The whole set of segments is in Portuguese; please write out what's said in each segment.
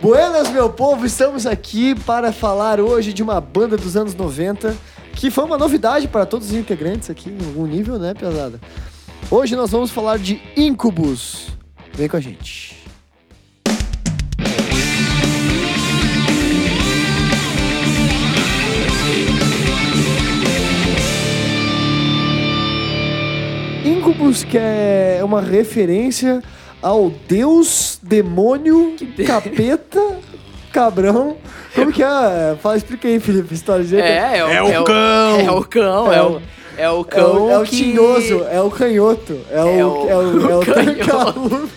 Buenas, meu povo, estamos aqui para falar hoje de uma banda dos anos 90, que foi uma novidade para todos os integrantes aqui, em algum nível, né, pesada? Hoje nós vamos falar de Incubus. Vem com a gente. Incubus, que é uma referência ao deus, demônio, capeta, cabrão. Como que é? Fala, explica aí, Felipe, a história de É, é o, É o cão. É o cão, é o, é o É cão. o, é o que- tinhoso, é o canhoto, é o, é É o, o- é o, o tranca-rua,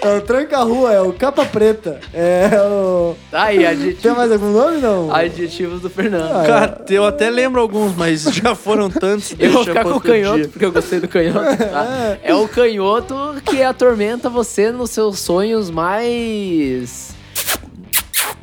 é o tranca-rua, é o capa preta, é o... Tá aí, Tem adjetivos, mais algum nome, não? adjetivos do Ah, Fernando. Cara, eu até lembro alguns, mas já foram tantos. Eu vou deixa ficar pra com o outro canhoto, dia. porque eu gostei do canhoto. tá? É o canhoto que atormenta você nos seus sonhos mais.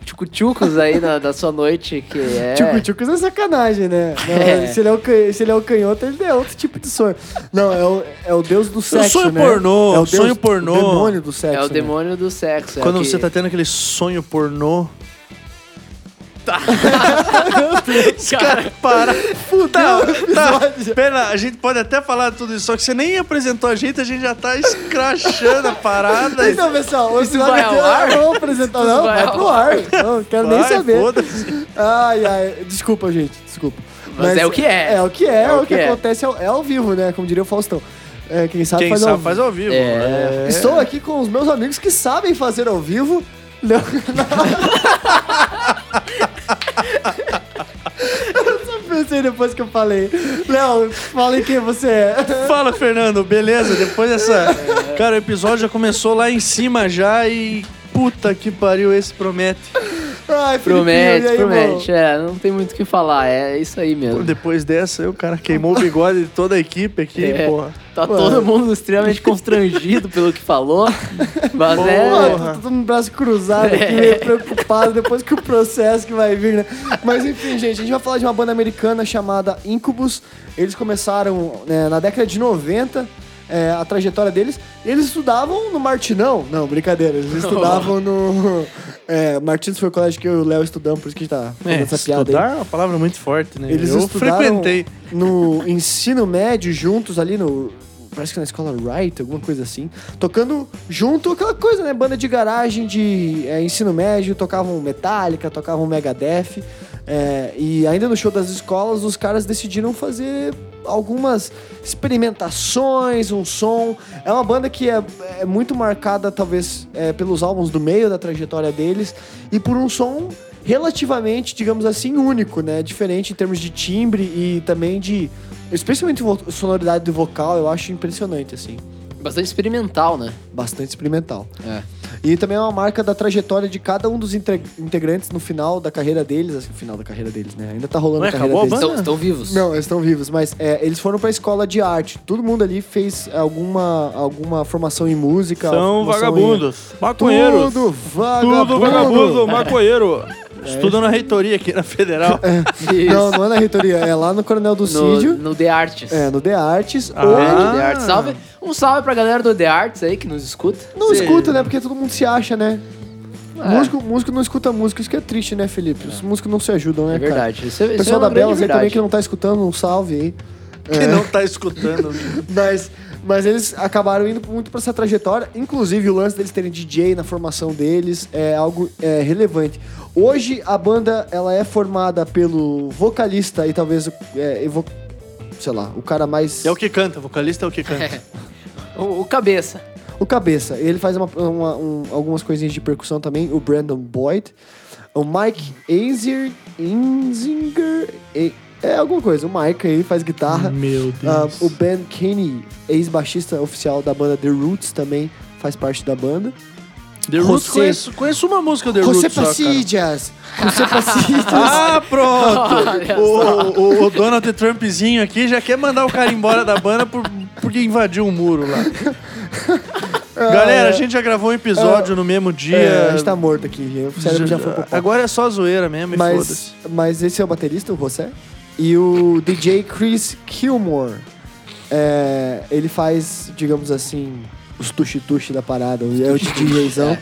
tchucuchucos aí na, da sua noite, que é. Tchucu Tchucos é sacanagem, né? Não, É. Se, ele é o, can- se ele é o canhoto, ele é outro tipo de sonho. Não, é o, é o deus do sexo, sonho né? pornô, é o deus, sonho pornô. O demônio do sexo. É o né? demônio do sexo. é Quando que- você tá tendo aquele sonho pornô. Cara, Para! Puta! episódio. Tá, pera, a gente pode até falar tudo isso, só que você nem apresentou a gente, a gente já tá escrachando a parada. Então, pessoal, hoje vai ao ar? Não vou apresentar, não. vai Vai ao pro ar. Não quero nem Vai, saber. foda-se. Ai, ai. Desculpa, gente. Desculpa. Mas é o que é. É o que é. É o que, acontece. ao- É ao vivo, né? Como diria o Faustão. É, quem sabe Quem faz ao sabe vivo. faz ao vivo. É. né? Estou aqui com os meus amigos que sabem fazer ao vivo. Não, não. Eu só pensei depois que eu falei. Léo, falem quem você é. Fala, Fernando, beleza? Depois dessa. Cara, o episódio já começou lá em cima já e. Puta que pariu, esse promete. Ai, Filipinho, promete, e aí, promete. irmão? É, não tem muito o que falar, é isso aí mesmo. Depois dessa, o cara queimou o bigode de toda a equipe aqui, É, porra. Tá Mano. todo mundo extremamente constrangido pelo que falou. Mas Mano, é. tá todo mundo braço cruzado aqui, meio preocupado depois que o processo que vai vir, né? Mas enfim, gente, a gente vai falar de uma banda americana chamada Incubus. Eles começaram né, na década de 90, é, a trajetória deles. Eles estudavam no Martinão. Não, brincadeira, eles estudavam no. É, Martins foi o colégio que eu e o Léo estudamos, por isso que a gente tá fazendo É, essa piada aí. estudar é uma palavra muito forte, né? Eles eu estudaram frequentei. no ensino médio juntos ali no. Parece que na escola Wright, alguma coisa assim. Tocando junto, aquela coisa, né? Banda de garagem de é, ensino médio, tocavam Metallica, tocavam Megadeth. é, e ainda no show das escolas, os caras decidiram fazer algumas experimentações, um som. É uma banda que é, é muito marcada, talvez, é, pelos álbuns do meio da trajetória deles e por um som relativamente, digamos assim, único, né? Diferente em termos de timbre e também de. Especialmente vo- sonoridade do vocal, eu acho impressionante, assim. Bastante experimental, né? Bastante experimental. É. E também é uma marca da trajetória de cada um dos inte- integrantes no final da carreira deles. Assim, final da carreira deles, né? Ainda tá rolando Ué, a carreira acabou a deles. banda? Estão, estão vivos. Não, eles estão vivos, mas é, eles foram pra escola de arte. Todo mundo ali fez alguma, alguma formação em música. São formação em- vagabundos, maconheiros. Tudo vagabundo. É. Tudo vagabundo, maconheiro. Estudando na reitoria aqui na Federal. Isso. Não, não é na reitoria, é lá no Coronel do No, Cídio. no The Arts. É, no The Arts. Ah. Ou Grande The Arts. Salve. Um salve pra galera do The Arts aí que nos escuta. não Sim. escuta, né? Porque todo mundo se acha, né? É. Músico, músico não escuta música, isso que é triste, né, Felipe? Os músicos não se ajudam, né, É cara? verdade. Isso, é- O isso pessoal é uma da grande Belas aí também verdade. que não tá escutando, um salve aí. é. Que não tá escutando. Mas, mas eles acabaram indo muito pra essa trajetória. Inclusive, o lance deles terem DJ na formação deles é algo é, relevante. Hoje, a banda ela é formada pelo vocalista e talvez, o- é, evo- sei lá, o cara mais... É o que canta, vocalista é o que canta. O, o cabeça. O Cabeça, ele faz uma- uma- um- algumas coisinhas de percussão também, o Brandon Boyd, o Mike Einzinger, Einzinger e- é alguma coisa, o Mike aí faz guitarra, Meu Ah, o Ben Kenny, ex-baixista oficial da banda The Roots também faz parte da banda. The Roots, José- conheço, conheço uma música The José Roots só, cara. Passillas, José Passillas. Ah, Olha pronto! O, o, o Donald Trumpzinho aqui já quer mandar o cara embora da banda por- porque invadiu o muro lá. Galera, a gente já gravou um episódio no mesmo dia. É, a gente tá morto aqui, o cérebro já foi pro pau. Agora é só zoeira mesmo, e mas, foda-se. mas esse é o baterista, o José. E o DJ Chris Kilmore. é, ele faz, digamos assim, os tuxi-tuxi da parada. É o DJzão.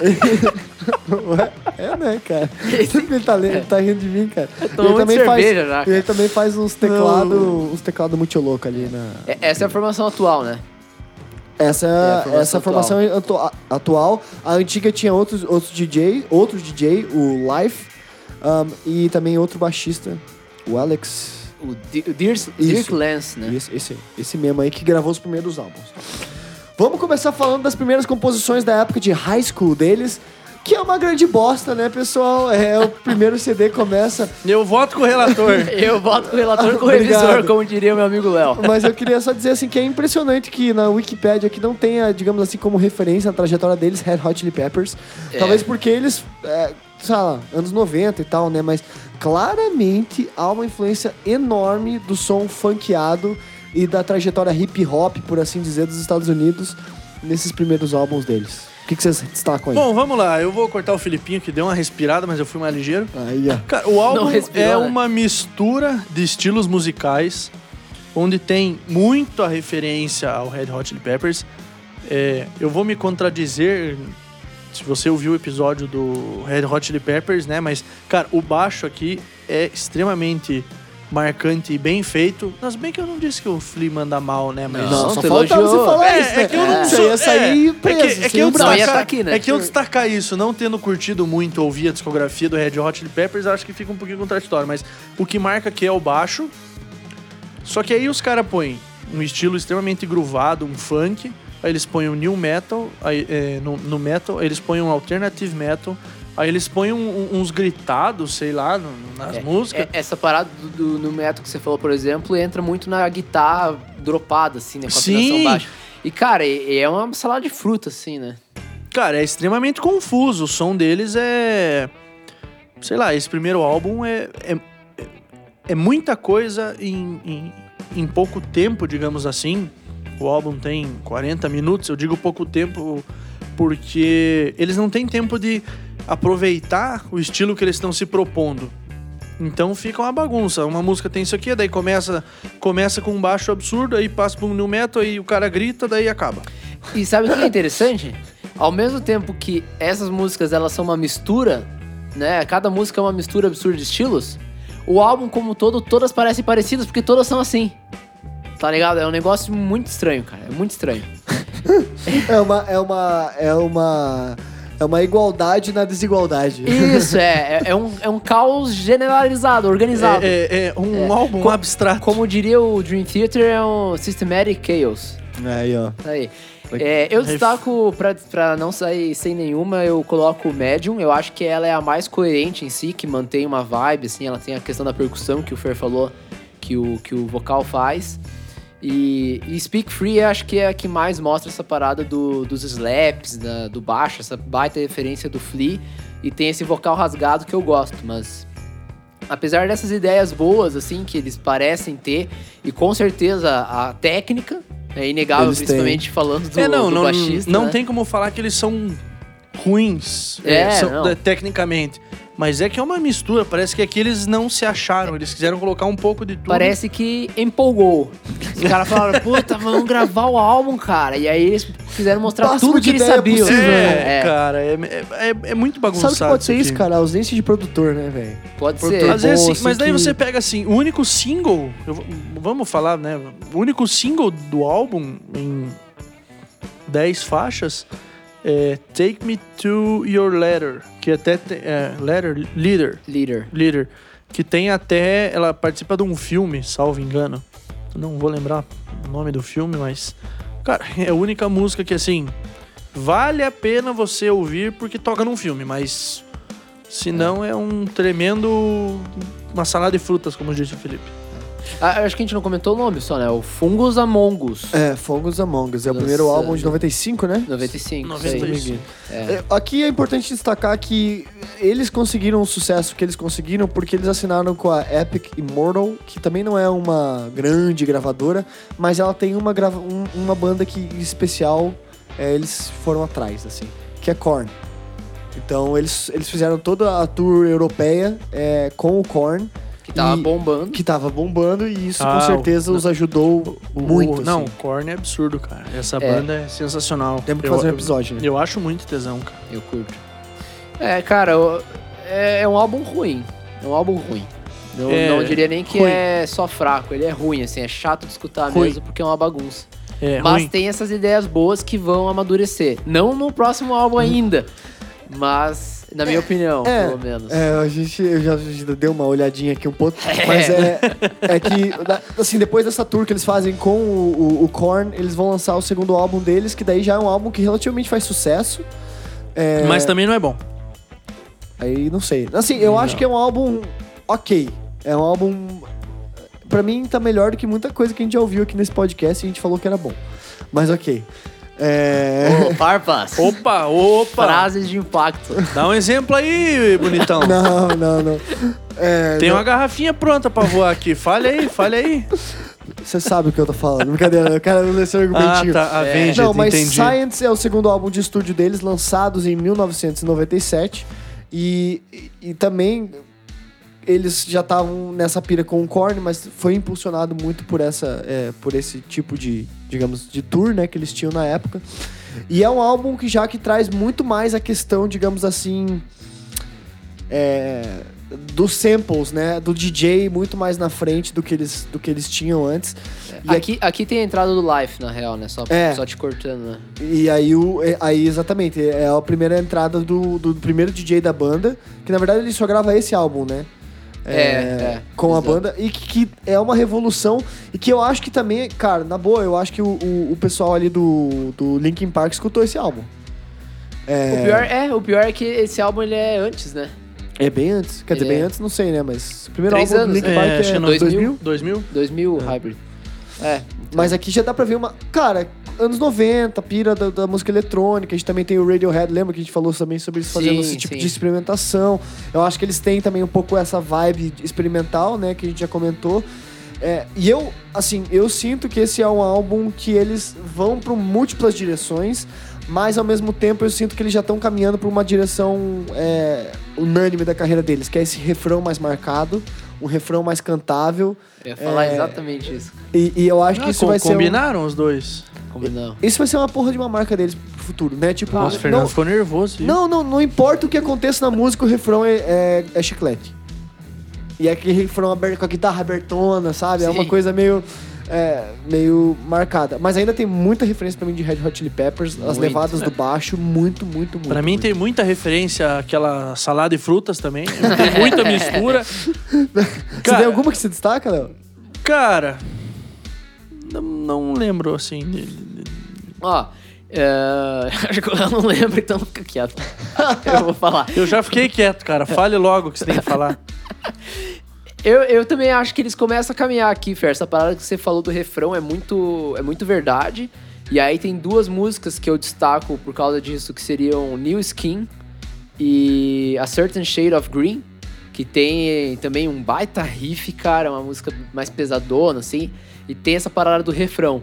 é, né, cara? Sempre que ele tá, lendo, tá rindo de mim, cara. Tomou ele muito também faz, cerveja já, e ele também faz uns teclados, uns teclados muito louco ali na. É- Essa é a formação atual, né? Essa É a formação essa formação atua- atual. A antiga tinha outros outros DJ, outro DJ, o Life, um, e também outro baixista, o Alex. O Di- o Dirk Dirk Lance, né? Esse, esse, esse mesmo aí que gravou os primeiros álbuns. Vamos começar falando das primeiras composições da época de high school deles, que é uma grande bosta, né, pessoal? É o primeiro CD começa, Eu voto com o relator. Eu boto com o relator com o Obrigado. revisor, como diria meu amigo Léo. mas eu queria só dizer assim que é impressionante que na Wikipedia que não tenha, digamos assim, como referência a trajetória deles Red Hot Chili Peppers. É. Talvez porque eles, é, sei lá, anos 90 e tal, né, mas claramente há uma influência enorme do som funkeado e da trajetória hip hop, por assim dizer, dos Estados Unidos nesses primeiros álbuns deles. O que, que vocês destacam aí? Bom, vamos lá. Eu vou cortar o Filipinho, que deu uma respirada, mas eu fui mais ligeiro. Aí, ó. Cara, o álbum respirou, é né? uma mistura de estilos musicais, onde tem muito a referência ao Red Hot Chili Peppers. É, eu vou me contradizer se você ouviu o episódio do Red Hot Chili Peppers, né? Mas, cara, o baixo aqui é extremamente marcante e bem feito. Mas bem que eu não disse que o Flea manda mal, né? Mas Não, só tu faltava elogiou. você falar É, isso, né? é que eu não Você sou- ia sair é, preso. É que, é você que eu ia Não, destacar, ia destacar- tá aqui, né? é que eu destacar isso, não tendo curtido muito ouvir a discografia do Red Hot Chili Peppers, acho que fica um pouquinho contraditório. Mas o que marca aqui é o baixo. Só que aí os caras põem um estilo extremamente groovado, um funk. Aí eles põem um new metal, aí, é, no, no metal, aí eles põem um alternative metal. Aí eles põem um- um- uns gritados, sei lá, no- no- nas É, músicas. é- essa parada do, do- no método que você falou, por exemplo, entra muito na guitarra dropada, assim, né? Com a Sim. afinação baixa. E, cara, e- e é uma salada de fruta, assim, né? Cara, é extremamente confuso. O som deles é. Sei lá, esse primeiro álbum é. É, é muita coisa em, em, em pouco tempo, digamos assim. O álbum tem 40 minutos, eu digo pouco tempo porque eles não têm tempo de aproveitar o estilo que eles estão se propondo. Então fica uma bagunça. Uma música tem isso aqui, daí começa, começa com um baixo absurdo, aí passa por um new metal, aí o cara grita, daí acaba. E sabe o que é interessante? Ao mesmo tempo que essas músicas elas são uma mistura, né? Cada música é uma mistura absurda de estilos. O álbum como um todo, todas parecem parecidas porque todas são assim. Tá ligado? É um negócio muito estranho, cara. É muito estranho. É uma, é uma, é uma, é uma igualdade na desigualdade. Isso é, é, é um, é um caos generalizado, organizado. É, é- é um álbum Co- abstrato. Como diria o Dream Theater, é um systematic chaos. Aí, ó. Tá aí. É, eu destaco, pra, pra não sair sem nenhuma, eu coloco o Medium. Eu acho que ela é a mais coerente em si, que mantém uma vibe, assim. Ela tem a questão da percussão que o Fer falou, que o, que o vocal faz. E, e Speak Free eu acho que é a que mais mostra essa parada do- dos slaps, da- do baixo, essa baita referência do Flea. E tem esse vocal rasgado que eu gosto, mas apesar dessas ideias boas, assim, que eles parecem ter, e com certeza a técnica é inegável, Eles têm. principalmente falando do, é, não, do não, baixista. não né? tem como falar que eles são ruins É, são- não. é, tecnicamente. Mas é que é uma mistura, parece que aqui eles não se acharam, eles quiseram colocar um pouco de tudo. Parece que empolgou. Os caras falaram, puta, vamos gravar o álbum, cara. E aí eles quiseram mostrar Máximo tudo de que eles ideia sabiam. é, possível, né? É, cara, é, é- é- é muito Sabe bagunçado. o que pode ser aqui. isso, cara? A ausência de produtor, né, velho? pode Por ser. É Às vezes bom, sim, assim, mas daí que- você pega assim, o único single, eu vou- vamos falar, né? O único single do álbum em 10 faixas é Take Me to Your Letter, que até te- é, Letter Leader, Leader. Leader, que tem até ela participa de um filme, salvo engano. Não vou lembrar o nome do filme, mas cara, é a única música que assim vale a pena você ouvir porque toca num filme, mas se não é um tremendo uma salada de frutas, como disse o Felipe. Ah, eu acho que a gente não comentou o nome só, né? O Fungus Among Us. É, Fogos Among Us. É o Nossa, primeiro álbum de né? 95, né? 95. Se não me 92. isso engano. aí. É. É, Aqui é importante destacar que eles conseguiram o sucesso que eles conseguiram porque eles assinaram com a Epic Immortal, que também não é uma grande gravadora, mas ela tem uma, grava- um- uma banda que em especial é, eles foram atrás, assim, que é Korn. Então eles, eles fizeram toda a tour europeia é, com o Korn, Que tava E- bombando. que tava bombando, e isso Ah, com o- certeza os ajudou muito. O- não, assim. o Korn é absurdo, cara. Essa banda é sensacional. Temos que Eu- fazer um episódio, né? Eu acho muito tesão, cara. Eu curto. É, cara, eu- é, é um álbum ruim. É um álbum ruim. Não, É, não diria nem que ruim. é só fraco, ele é ruim, assim, é chato de escutar Ruim. mesmo, porque é uma bagunça. É, mas ruim. tem essas ideias boas que vão amadurecer. Não no próximo Hum. álbum ainda, mas, na minha opinião, é, pelo menos. É, a gente eu já, já deu uma olhadinha aqui um pouco, mas é, é que, da- assim, depois dessa tour que eles fazem com o, o, o Korn, eles vão lançar o segundo álbum deles, que daí já é um álbum que relativamente faz sucesso. É, Mas também não é bom. Aí não sei. Assim, eu acho que é um álbum ok. É um álbum. Pra mim tá melhor do que muita coisa que a gente já ouviu aqui nesse podcast e a gente falou que era bom. Mas ok. É. Ô, Parpas, Opa, opa. frases de impacto. Dá um exemplo aí, bonitão. Não, não, não. É, Oh. Tem uma garrafinha pronta pra voar aqui. Falha aí, falha aí. Você sabe o que eu tô falando. Brincadeira, eu quero ler seu Ah, argumentinho. tá. É. Avenged, Não, mas entendi. Science é o segundo álbum de estúdio deles, lançados em 1997. E, e, e também eles já estavam nessa pira com o Korn, mas foi impulsionado muito por, essa, é, por esse tipo de, digamos, de tour né, que eles tinham na época. E é um álbum que já que traz muito mais a questão, digamos assim, é, dos samples, né? Do DJ muito mais na frente do que eles, do que eles tinham antes. E aqui- Aqui, aqui tem a entrada do Life, na real, né? Só, É. só te cortando, né? E aí, o, é- aí exatamente, é a primeira entrada do, do primeiro DJ da banda, que na verdade ele só grava esse álbum, né? É, é, com exato. a banda, e que, que é uma revolução, e que eu acho que também, cara, na boa, eu acho que o, o, o pessoal ali do, do Linkin Park escutou esse álbum. O pior é, o pior é que esse álbum ele é antes, né? É bem antes, quer dizer, Ele bem é- antes, não sei, né? Mas o primeiro Três álbum anos, do Linkin né? Park É, é, acho que não- 2000. 2000? 2000 Hybrid. É, Mas aqui já dá pra ver uma. Cara, anos 90, pira da, da música eletrônica. A gente também tem o Radiohead, lembra que a gente falou também sobre eles fazendo Sim, esse tipo sim. de experimentação. Eu acho que eles têm também um pouco essa vibe experimental, né, que a gente já comentou. É, e eu, assim, eu sinto que esse é um álbum que eles vão para múltiplas direções, mas ao mesmo tempo eu sinto que eles já estão caminhando para uma direção é, unânime da carreira deles, que é esse refrão mais marcado, um refrão mais cantável. eu ia falar É. exatamente isso. E, e eu acho que Ah, isso com- vai ser. um- combinaram os dois. Como não? isso vai ser uma porra de uma marca deles pro futuro, né? Tipo, Nossa, o Fernando não, ficou nervoso. viu? não, não, não importa o que aconteça na música, o refrão é, é- é chiclete. E é aquele refrão aberto com a guitarra abertona, sabe? É uma Sim. coisa meio. é, meio marcada. Mas ainda tem muita referência pra mim de Red Hot Chili Peppers, as Muito. levadas do baixo, muito, muito, muito. Pra mim tem muita referência àquela salada e frutas também. Tem muita mistura. Você tem Cara, alguma que se destaca, Léo? cara não, não lembro assim. de- de- de- Ó, é, acho que eu não lembro, então fica quieto. Eu vou falar. Eu já fiquei quieto, cara. Fale logo o que você tem que falar. Eu, eu também acho que eles começam a caminhar aqui, Fer. Essa parada que você falou do refrão é muito, é muito verdade. E aí tem duas músicas que eu destaco por causa disso, que seriam New Skin e A Certain Shade of Green, que tem também um baita riff, cara, uma música mais pesadona, assim, e tem essa parada do refrão.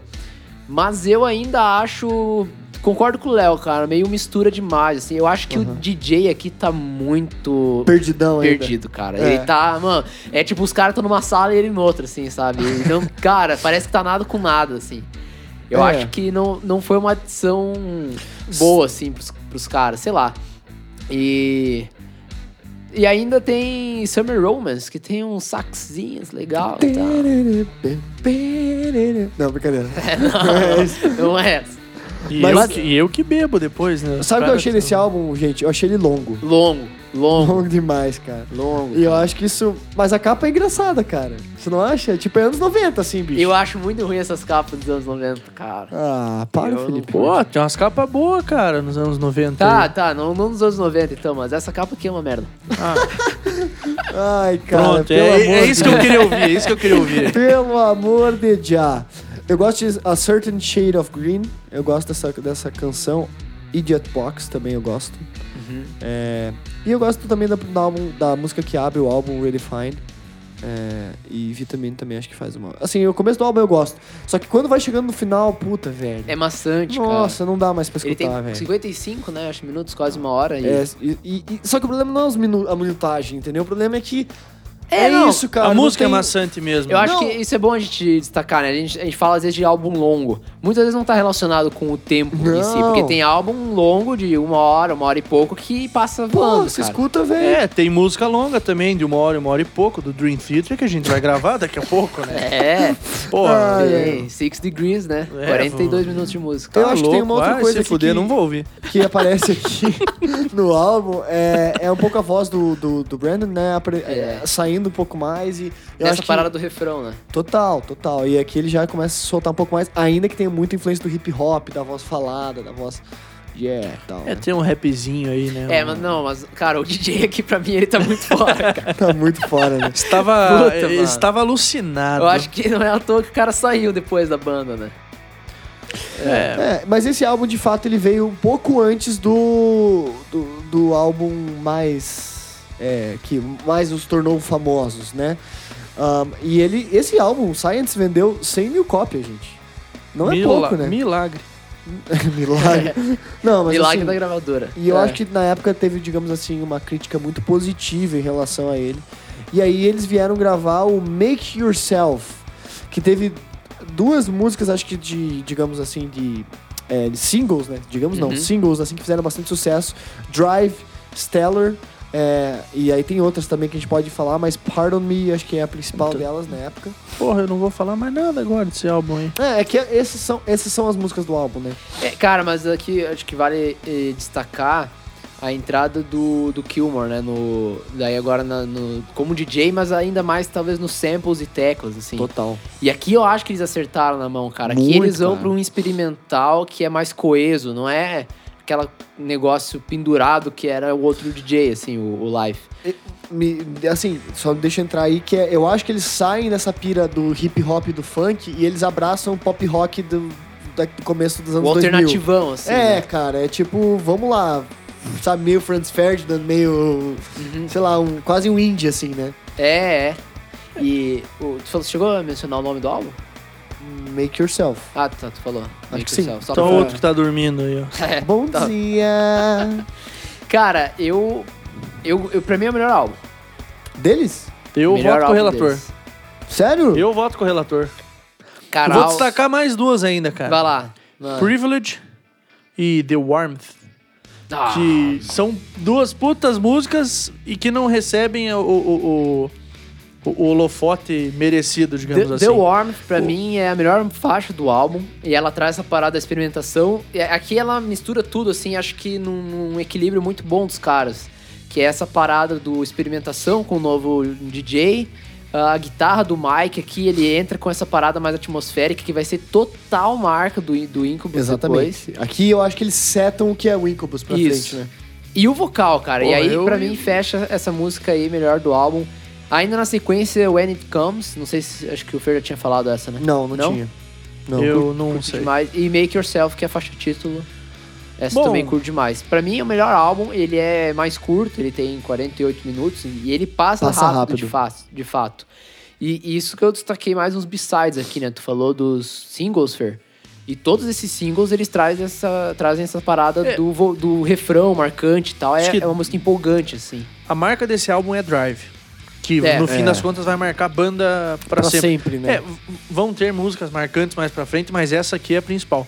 Mas eu ainda acho. Concordo com o Léo, cara, meio mistura demais, assim. Eu acho que o DJ aqui tá muito Perdidão ainda. perdido, cara. É. Ele tá, mano. É tipo, os caras estão numa sala e ele em outra, assim, sabe? Então, cara, parece que tá nada com nada, assim. Eu É. acho que não, não foi uma adição boa, assim, pros, pros caras, sei lá. E. E ainda tem Summer Romance, que tem uns saxinhos legal tá? e tal. Não, brincadeira. É, É, Não, não é essa. E, Mas- eu, que- e eu que bebo depois, né? Os Sabe o que eu caras- achei desse álbum, gente? Eu achei ele longo. Longo, longo, Longo demais, cara. longo. E eu acho que isso. Mas a capa é engraçada, cara. Você não acha? Tipo, é anos 90, assim, bicho. Eu acho muito ruim essas capas dos anos 90, cara. Ah, para, Eu Felipe. Pô, tem umas capas boas, cara, nos anos 90. Tá, aí. tá, não, não nos anos 90 então, mas essa capa aqui é uma merda. Ah, Ai, cara. pronto, é, pelo amor é de isso que eu queria ouvir, é isso que eu queria ouvir. Pelo amor de já. Eu gosto de A Certain Shade of Green. Eu gosto dessa, dessa canção. Idiot Box também eu gosto. É, e eu gosto também da, da álbum- da música que abre o álbum Redefined. É, e Vitamin também acho que faz uma. Assim, o começo do álbum eu gosto. Só que quando vai chegando no final, puta, velho. É maçante, cara. Nossa, não dá mais pra Ele tem escutar, velho. 55, né? Acho minutos, quase uma hora. E... É, e- e- e- só que o problema não é os minu- a minutagem, entendeu? O problema é que É, não, isso, cara. a não música é tem- maçante mesmo. Eu acho Não. que isso é bom a gente destacar, né? A gente, a gente fala às vezes de álbum longo. Muitas vezes não tá relacionado com o tempo em si, Não. porque tem álbum longo de uma hora, uma hora e pouco que passa Pô, voando. você cara. escuta, velho. É, tem música longa também, de uma hora, uma hora e pouco, do Dream Theater, que a gente vai gravar daqui a pouco, né? É, Porra, Ah, é. tem Six Degrees, né? É, 42 pô. minutos de música. tá Eu acho que tem louco, uma outra vai coisa se aqui fuder, que- não vou ouvir. Que aparece aqui no álbum. É, é um pouco a voz do, do, do Brandon, né? apre- é, saindo um pouco mais. E eu Nessa acho que- parada do refrão, né? Total, total. E aqui ele já começa a soltar um pouco mais, ainda que tenha muita influência do hip hop, da voz falada, da voz. Yeah, tal. né? É, tem um rapzinho aí, né? É, Um- mas não, mas, cara, o DJ aqui pra mim ele tá muito fora, cara. Tá muito fora, né? Estava, é, Puta, mano. estava alucinado. Eu acho que não é à toa que o cara saiu depois da banda, né? É, É, mas esse álbum, de fato, ele veio um pouco antes do. do, do álbum mais. é, que mais os tornou famosos, né? Ahn, e ele, esse álbum, Science, vendeu 100 mil cópias, gente. Não é mila- pouco, né? Milagre. Milagre. Não, mas Milagre assim, da gravadora. E eu É. acho que na época teve, digamos assim, uma crítica muito positiva em relação a ele. E aí eles vieram gravar o Make Yourself, que teve duas músicas, acho que de, digamos assim, de, é, de singles, né? Digamos não, Uhum. singles, assim, que fizeram bastante sucesso. Drive, Stellar, é, e aí tem outras também que a gente pode falar, mas Pardon Me, acho que é a principal Então. delas na época. Porra, eu não vou falar mais nada agora desse álbum aí. É, é que esses são, essas são as músicas do álbum, né? É, cara, mas aqui acho que vale eh, destacar a entrada do, do Kilmore, né? No, daí agora na- no, como DJ, mas ainda mais talvez nos samples e teclas, assim. Total. E aqui eu acho que eles acertaram na mão, cara. Aqui Muito, eles vão cara. pra um experimental que é mais coeso, não é aquele negócio pendurado que era o outro DJ, assim, o, o Life. me- assim, só deixa eu entrar aí que é- eu acho que eles saem dessa pira do hip hop e do funk e eles abraçam o pop rock do, da- do começo dos O anos 2000. alternativão, assim. é, né? cara, é tipo, vamos lá, sabe, meio Franz Ferdinand, meio, Uhum. sei lá, um, quase um indie assim, né? É, é. E o, tu falou- chegou a mencionar o nome do álbum? Make yourself. Ah, tá, tu falou. Make que sim. yourself. Só Então pra- outro que tá dormindo aí, ó. É, Bom tá. dia. Cara, eu, eu, eu. Pra mim é o melhor álbum. Deles? Eu melhor voto com o álbum relator. deles. Sério? Eu voto com o relator. Cara, Vou al- destacar mais duas ainda, cara. Vai lá. Privilege e The Warmth. Ah, Que são duas putas músicas e que não recebem o, o, o, o- o holofote merecido, digamos The, assim. The Warm, pra O- mim, é a melhor faixa do álbum. E ela traz essa parada da experimentação. E aqui ela mistura tudo, assim, acho que num, num equilíbrio muito bom dos caras. Que é essa parada do experimentação com o novo DJ. A guitarra do Mike aqui, ele entra com essa parada mais atmosférica, que vai ser total marca do, do Incubus depois. Exatamente. Aqui eu acho que eles setam o que é o Incubus pra Isso. frente, né? E o vocal, cara. e Porra, aí, eu- pra mim, fecha essa música aí, melhor do álbum. Ainda na sequência, When It Comes. Não sei se. Acho que o Fer já tinha falado essa, né? Não, não, Não? tinha. Não. Eu não Curto sei. demais. E Make Yourself, que é a faixa título. Essa Bom. também curto demais. Pra mim, é o melhor álbum. Ele é mais curto, ele tem 48 minutos. E ele passa, Passa rápido, rápido. De, fa- de fato. E e isso que eu destaquei mais uns b-sides aqui, né? Tu falou dos singles, Fer. E todos esses singles, eles trazem essa, trazem essa parada É. do, vo- do refrão marcante e tal. É, Acho que- é uma música empolgante, assim. A marca desse álbum é Drive. Que É. no fim É. das contas vai marcar a banda pra sempre. né? É, v- vão ter músicas marcantes mais pra frente, mas essa aqui é a principal.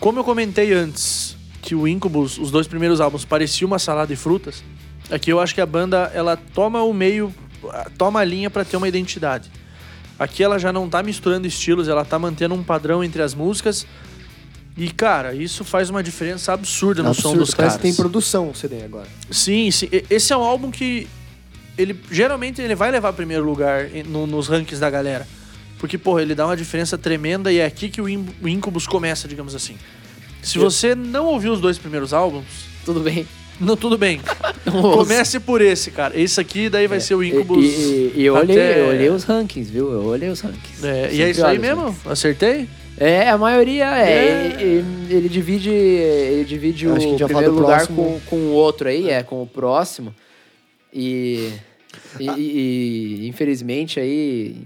Como eu comentei antes, que o Incubus, os dois primeiros álbuns, parecia uma salada de frutas, aqui eu acho que a banda, ela toma o meio, a- toma a linha pra ter uma identidade. Aqui ela já não tá misturando estilos, ela tá mantendo um padrão entre as músicas. E, cara, isso faz uma diferença absurda no som Absurdo, um dos parece caras. que tem produção o CD agora. Sim, sim. E- Esse é um álbum que ele geralmente ele vai levar primeiro lugar em- no- nos rankings da galera. Porque, porra, ele dá uma diferença tremenda e é aqui que o, In o Incubus começa, digamos assim. Se você não ouviu os dois primeiros álbuns, Tudo bem. não, tudo bem. Ouça. Comece por esse, cara. Esse aqui, daí É, vai ser o Incubus. E, e- e eu, olhei, até- eu olhei os rankings, viu? Eu olhei os rankings. É, e é Sempre isso aí olho os mesmo? rankings. Acertei? É, a maioria é. É. Ele, ele- ele divide, ele divide Eu acho que a o gente já fala primeiro do lugar com, próximo. com o outro aí, é, com o próximo. Ah. E, e, e- e, infelizmente aí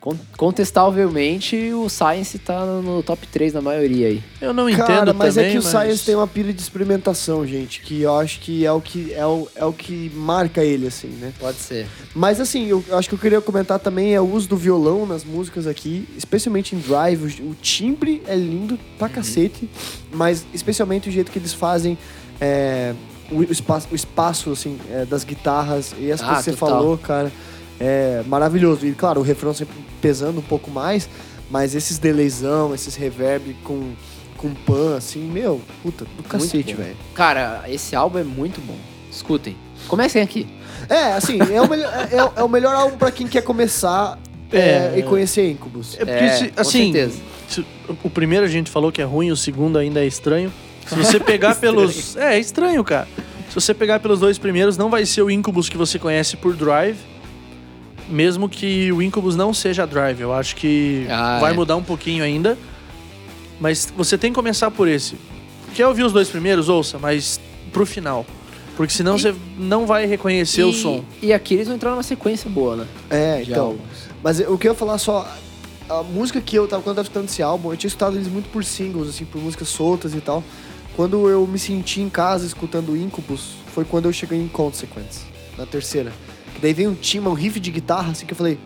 Con- Contestavelmente, o Science tá no, no top 3 na maioria aí. Eu não Cara, entendo mas também, é que o mas... Science tem uma pilha de experimentação, gente, que eu acho que é o que, é o, é o que marca ele, assim, né? Pode ser. Mas assim, eu eu acho que eu queria comentar também é o uso do violão nas músicas aqui, especialmente em drive. O, o timbre é lindo pra cacete, mas especialmente o jeito que eles fazem é, o, o espaço, o espaço assim, é, das guitarras e as Ah, coisas que você total. falou, cara, é maravilhoso. E claro, o refrão sempre pesando um pouco mais, mas esses delayzão, esses reverb com, com pan, assim, meu, puta, do cacete, bom. velho. Cara, esse álbum é muito bom. Escutem. Comecem aqui. É, assim, é o, melhor, é, é- é o melhor álbum pra quem quer começar é, É. e conhecer Incubus. É porque, se- com assim, certeza. se- o primeiro a gente falou que é ruim, o segundo ainda é estranho. Se você pegar pelos... É, é estranho, cara. Se você pegar pelos dois primeiros, não vai ser o Incubus que você conhece por Drive. Mesmo que o Incubus não seja Drive. Eu acho que Ah, vai é. mudar um pouquinho ainda. Mas você tem que começar por esse. Quer ouvir os dois primeiros? Ouça, mas pro final. Porque senão E- você não vai reconhecer o E- som. E aqui eles vão entrar numa sequência boa, né? É, De então. álbuns. Mas o que eu ia falar só. A música que eu tava, quando eu tava escutando esse álbum, eu tinha escutado eles muito por singles, assim, por músicas soltas e tal. Quando eu me senti em casa escutando Incubus, foi quando eu cheguei em Consequence, na terceira. Que daí vem um timbre, um riff de guitarra, assim, que eu falei,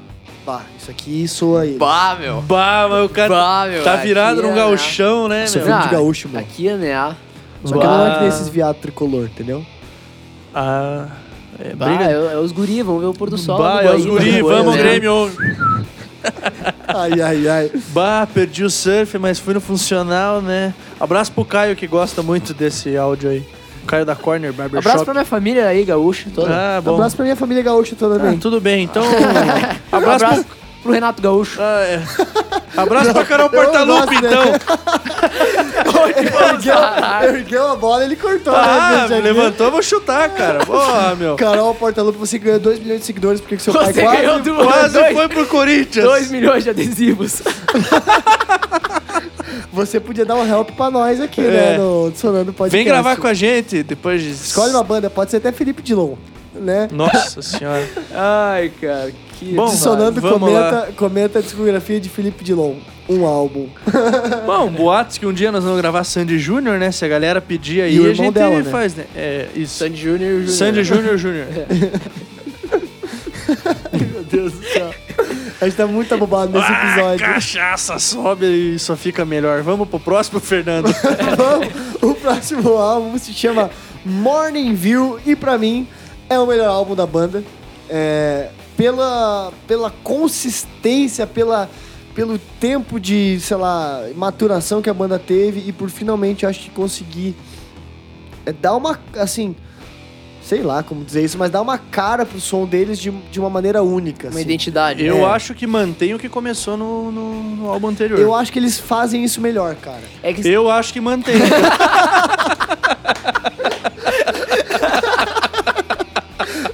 pá, isso aqui soa ele. Bah, meu. Bah, mas o cara Bah, meu. tá aqui virado é- num gauchão, né, Você meu? filme de Ah, gaúcho, mano. Aqui é né? Só que eu não é Bah. que desses viado tricolor, entendeu? Ah, é Bah, briga. é, é os guri, vamos ver o pôr do sol. bah, do é os Guaíba, guri, depois, vamos né? Grêmio. Ai, ai, ai. Bah, perdi o surf, mas fui no funcional, né? Abraço pro Caio que gosta muito desse áudio aí. O Caio da Corner Barbershop. Abraço pra minha família aí, gaúcha toda. Ah, bom. Abraço pra minha família gaúcha toda Ah, também. tudo bem, então. abraço Um Abraço pro... pro Renato Gaúcho. Ah, é. Abraço pra Carol eu não gosto Portalupe, dele. então. Ergueu, ergueu a bola, ele cortou. Ah, né, gente? levantou, vou chutar, cara. Porra, meu. Carol Portalupe, você ganhou 2 milhões de seguidores porque seu pai Você quase ganhou do Quase dois, foi pro Corinthians. dois milhões de adesivos. Você podia dar um help pra nós aqui, É. né? No Sonando Podcast. Vem gravar com a gente depois de. Escolhe uma banda, pode ser até Felipe Dilon, né? Nossa senhora. Ai, cara, que. Bom, Sonando vamos comenta, comenta a discografia de Felipe Dilon. Um álbum. Bom, boatos que um dia nós vamos gravar Sandy Júnior, né? Se a galera pedir aí, E o a irmão gente dela, né? faz, né? É, isso. Sandy Júnior e o Júnior. Sandy Júnior Júnior. Meu Deus do céu. A gente tá muito abobado nesse Ah, episódio. cachaça sobe e só fica melhor. Vamos pro próximo, Fernando. Vamos, o próximo álbum se chama Morning View e pra mim é o melhor álbum da banda. É, pela, pela consistência, pela, pelo tempo de, sei lá, maturação que a banda teve e por finalmente eu acho que conseguir é, dar uma, assim, sei lá como dizer isso, mas dar uma cara pro som deles de, de uma maneira única. Uma assim. identidade. Eu né? acho que mantém o que começou no, no, no álbum anterior. Eu acho que eles fazem isso melhor, cara. É que Eu acho que mantém.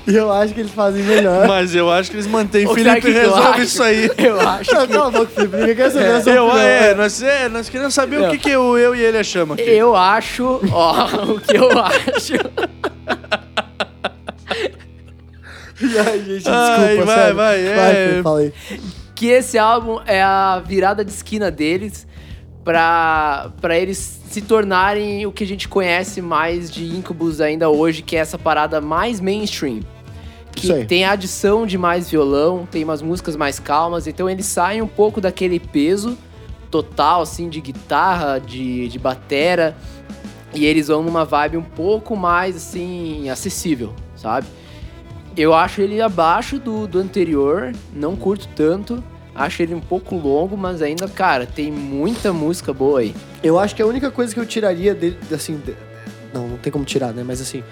Eu acho que eles fazem melhor. mas eu acho que eles mantêm. Ô, Felipe, sabe o que que eu resolve acho? isso aí. eu acho Não, que. cala a boca, Felipe. Ninguém quer saber a sua Eu, opinião. é, nós, é, nós queremos saber o que, que eu, eu e ele achamos aqui. Eu acho, ó, o que eu acho. E aí, gente, desculpa, Ai, vai, sério. vai, é. Fê, fala aí. Que esse álbum é a virada de esquina deles pra, pra eles se tornarem o que a gente conhece mais de Incubus ainda hoje, que é essa parada mais mainstream. Isso Que aí. tem a adição de mais violão, tem umas músicas mais calmas, então eles saem um pouco daquele peso total, assim, de guitarra, de, de batera. E eles vão numa vibe um pouco mais, assim, acessível, sabe? Eu acho ele abaixo do, do anterior, não curto tanto. Acho ele um pouco longo, mas ainda, cara, tem muita música boa aí. Eu acho que a única coisa que eu tiraria dele, assim... de- Não, não tem como tirar, né? Mas assim,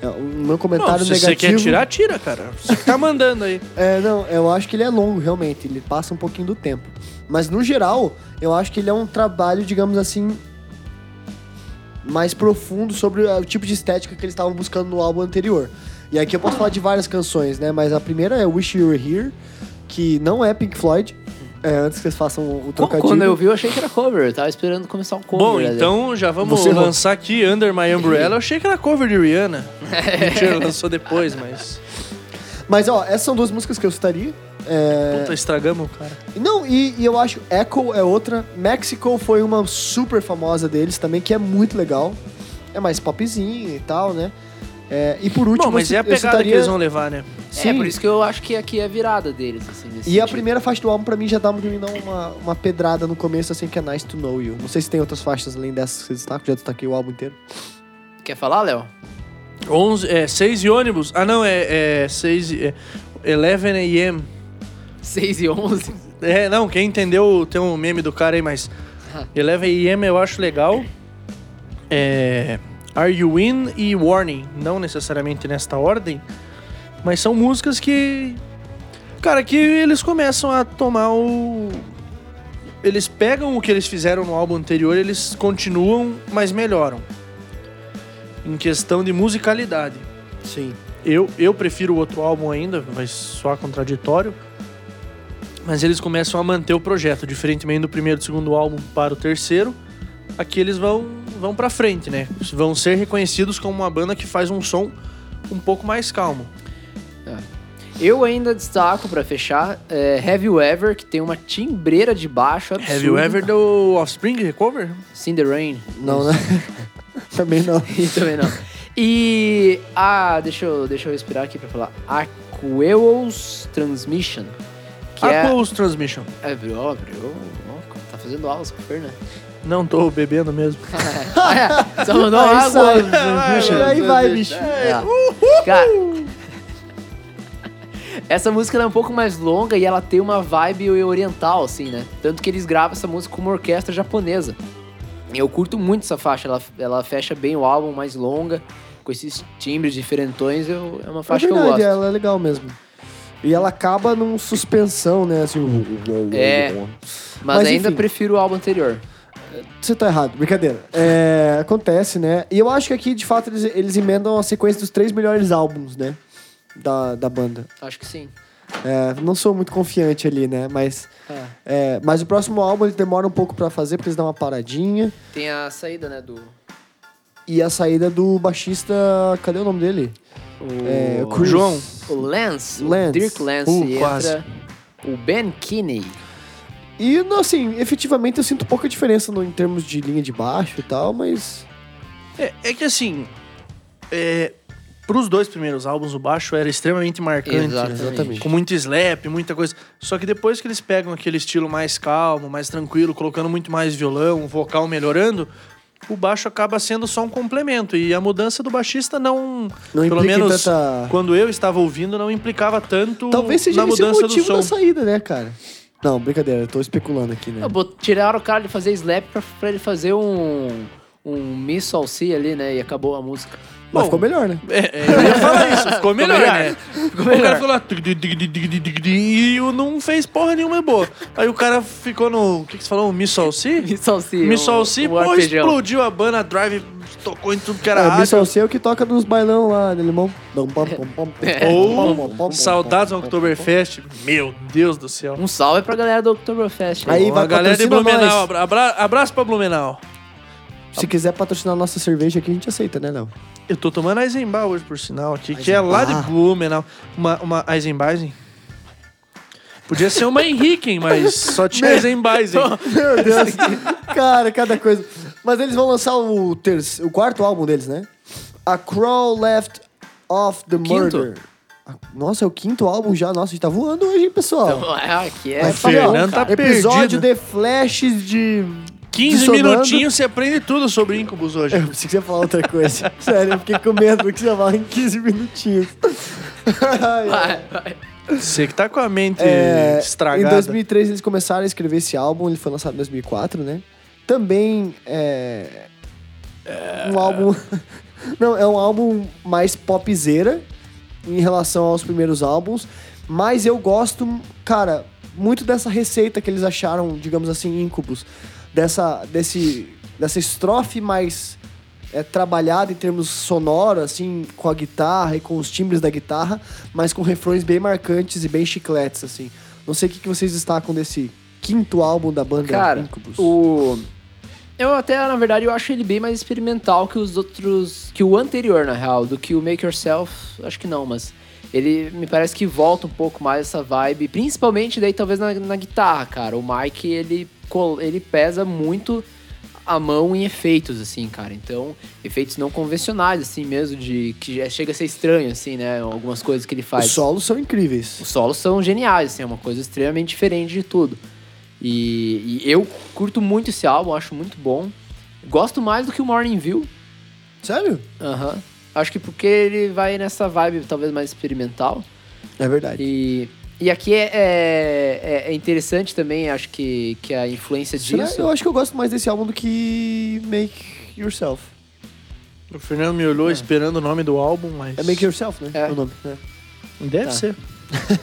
é, o meu Não, comentário se negativo... você quer tirar, tira, cara. Você que tá mandando aí. É, não, eu acho que ele é longo, realmente. Ele passa um pouquinho do tempo. Mas, no geral, eu acho que ele é um trabalho, digamos assim... Mais profundo sobre ah, o tipo de estética que eles estavam buscando no álbum anterior. E aqui eu posso falar de várias canções, né? Mas a primeira é Wish You Were Here, que não é Pink Floyd. É, antes que vocês façam o trocadilho. Quando eu vi, eu achei que era cover. Eu tava esperando começar um cover. Bom, né? então já vamos Você errou. lançar aqui Under My Umbrella. Eu achei que era cover de Rihanna. Mentira, lançou depois, mas. Mas ó, essas são duas músicas que eu citaria. É, Puta, estragamos, cara. Não, e, e eu acho Echo é outra. Mexico foi uma super famosa deles também, que é muito legal. É mais popzinho e tal, né? É, e por último, Bom, mas eu, é a ci- eu pegada citaria... que eles vão levar, né? Sim. É, por isso que eu acho que aqui é a virada deles, assim. nesse E a sentido. primeira faixa do álbum, pra mim, já dá pra mim dar uma, uma pedrada no começo, assim, que é Nice to Know You. Não sei se tem outras faixas além dessas que você destaca, já destaquei o álbum inteiro. Quer falar, Léo? 11, é, 6 e ônibus. Ah, não, é, é 6 e- é, 11 a.m. 6 e 11. É, não, quem entendeu tem um meme do cara aí, mas 11 a.m. eu acho legal. É, Are You In e Warning. Não necessariamente nesta ordem, mas são músicas que... Cara, que eles começam a tomar o... Eles pegam o que eles fizeram no álbum anterior, eles continuam, mas melhoram. Em questão de musicalidade. Sim. Eu, eu prefiro o outro álbum ainda, vai soar contraditório. Mas eles começam a manter o projeto, diferentemente do primeiro e do segundo álbum para o terceiro. Aqui eles vão, vão pra frente, né? Vão ser reconhecidos como uma banda que faz um som um pouco mais calmo. Eu ainda destaco, pra fechar, é, Have You Ever, que tem uma timbreira de baixo absurda. Have you ever do Offspring Recover? Seen the Rain. Não, né? também não. E também não. E a... Deixa eu, deixa eu respirar aqui pra falar. Aqueos Transmission. Que é... Aquos Transmission. É, abriu, abriu. ó, Tá fazendo aulas com o Fer, né? Não tô bebendo mesmo. Ah, é, Só mandou Aí água. sai, bicho. Aí vai, bicho. É. Cara, essa música ela é um pouco mais longa e ela tem uma vibe oriental, assim, né? Tanto que eles gravam essa música com uma orquestra japonesa. Eu curto muito essa faixa, ela, ela fecha bem o álbum mais longa, com esses timbres diferentões, eu, é uma faixa é que eu verdade, gosto. ela é legal mesmo. E ela acaba num suspensão, né? Assim. É. Mas, Mas, ainda enfim. prefiro o álbum anterior. Você tá errado, brincadeira. É, acontece, né? E eu acho que aqui, de fato, eles, eles emendam a sequência dos três melhores álbuns, né? Da, da banda. Acho que sim. É, não sou muito confiante ali, né? Mas, Ah, é, mas o próximo álbum ele demora um pouco pra fazer, porque eles dão uma paradinha. tem a saída, né, do... E a saída do baixista. Cadê o nome dele? o- É, Chris. João. O Lance, o Lance. Dirk Lance Uh, entra. quase. O Ben Kinney. E, não, assim, efetivamente eu sinto pouca diferença no, em termos de linha de baixo e tal, mas. É, é que assim, é, pros dois primeiros álbuns, o baixo era extremamente marcante. Exatamente. Exatamente. Com muito slap, muita coisa. Só que depois que eles pegam aquele estilo mais calmo, mais tranquilo, colocando muito mais violão, o vocal melhorando, o baixo acaba sendo só um complemento. E a mudança do baixista não. Não pelo implica em menos tanta- quando eu estava ouvindo, não implicava tanto Talvez seja na esse o mudança do motivo som. da saída, né, cara? Não, brincadeira, eu tô especulando aqui, né? Ah, bot- Tiraram o cara de fazer slap pra, pra ele fazer um. Um Miss All See ali, né? E acabou a música. Mas ficou melhor, né? É, é, eu ia falar isso, ficou melhor, melhor. né? é O cara ficou lá tig, tig, tig, tig, tig, tig, tig, e o não fez porra nenhuma é boa. Aí o cara ficou no. O que, que você falou? Um Miss Salsi? Miss All See. Miss um- Salsi, um pô, arpejão. explodiu a banda, a drive tocou em tudo que era É, área. Miss Alceu é o que toca nos bailão lá, né, limão? Dum, pam, pam, pam, pam, pam, pam, pam, Ou pam, É. saudades ao pam, Oktoberfest. Meu Deus do céu. Um salve pra galera do Oktoberfest. Aí né? vai a galera de patrocina Blumenau. nós. abra- abra- abraço pra Blumenau. pam. Se quiser patrocinar a nossa cerveja aqui, a gente aceita, né, Léo? Eu tô tomando Eisenbach hoje, por sinal, aqui, que é lá de Eisenbach. Blumenau. Uma, uma Eisenbach. Podia ser uma Henriken, mas só tinha Eisenbach. Meu Deus. Cara, cada coisa. Mas eles vão lançar o, terce... o quarto álbum deles, né? A Crawl Left of the Quinto? Murder. A- Nossa, é o quinto álbum já. Nossa, a gente tá voando hoje, hein, pessoal? Ah, que é. Vai bom, falar, ó, Fernando tá cara. Episódio perdido. de flashes de... 15 dissonando. minutinhos você aprende tudo sobre Incubus hoje. Eu pensei que você ia falar outra coisa. Sério, eu fiquei com medo do que você ia falar em 15 minutinhos. Ai, ai. Vai, vai. Você que tá com a mente É, estragada. Em 2003 eles começaram a escrever esse álbum, ele foi lançado em 2004, né? Também é. Um álbum. Não, é um álbum mais popzeira em relação aos primeiros álbuns, mas eu gosto, cara, muito dessa receita que eles acharam, digamos assim, íncubos. Dessa, desse, dessa estrofe mais é, trabalhada em termos sonoros, assim, com a guitarra e com os timbres da guitarra, mas com refrões bem marcantes e bem chicletes, assim. Não sei o que, que vocês destacam desse quinto álbum da banda Cara, Incubus. o. Eu até, na verdade, eu acho ele bem mais experimental que os outros. Que o anterior, na real, do que o Make Yourself, acho que não, mas. Ele me parece que volta um pouco mais essa vibe, principalmente daí talvez na, na guitarra, cara. O Mike, ele, col- ele pesa muito a mão em efeitos, assim, cara. Então, efeitos não convencionais, assim mesmo, de que já chega a ser estranho, assim, né? Algumas coisas que ele faz. Os solos são incríveis. Os solos são geniais, assim, é uma coisa extremamente diferente de tudo. E, e eu curto muito esse álbum, acho muito bom. Gosto mais do que o Morning View. Sério? Aham. Acho que porque ele vai nessa vibe talvez mais experimental. É verdade. E, e aqui é, é, é interessante também, acho que, que a influência Será? disso. Eu acho que eu gosto mais desse álbum do que Make Yourself. O Fernando me olhou esperando o nome do álbum, mas. É Make Yourself, né? É. o nome. né? Deve Tá. ser.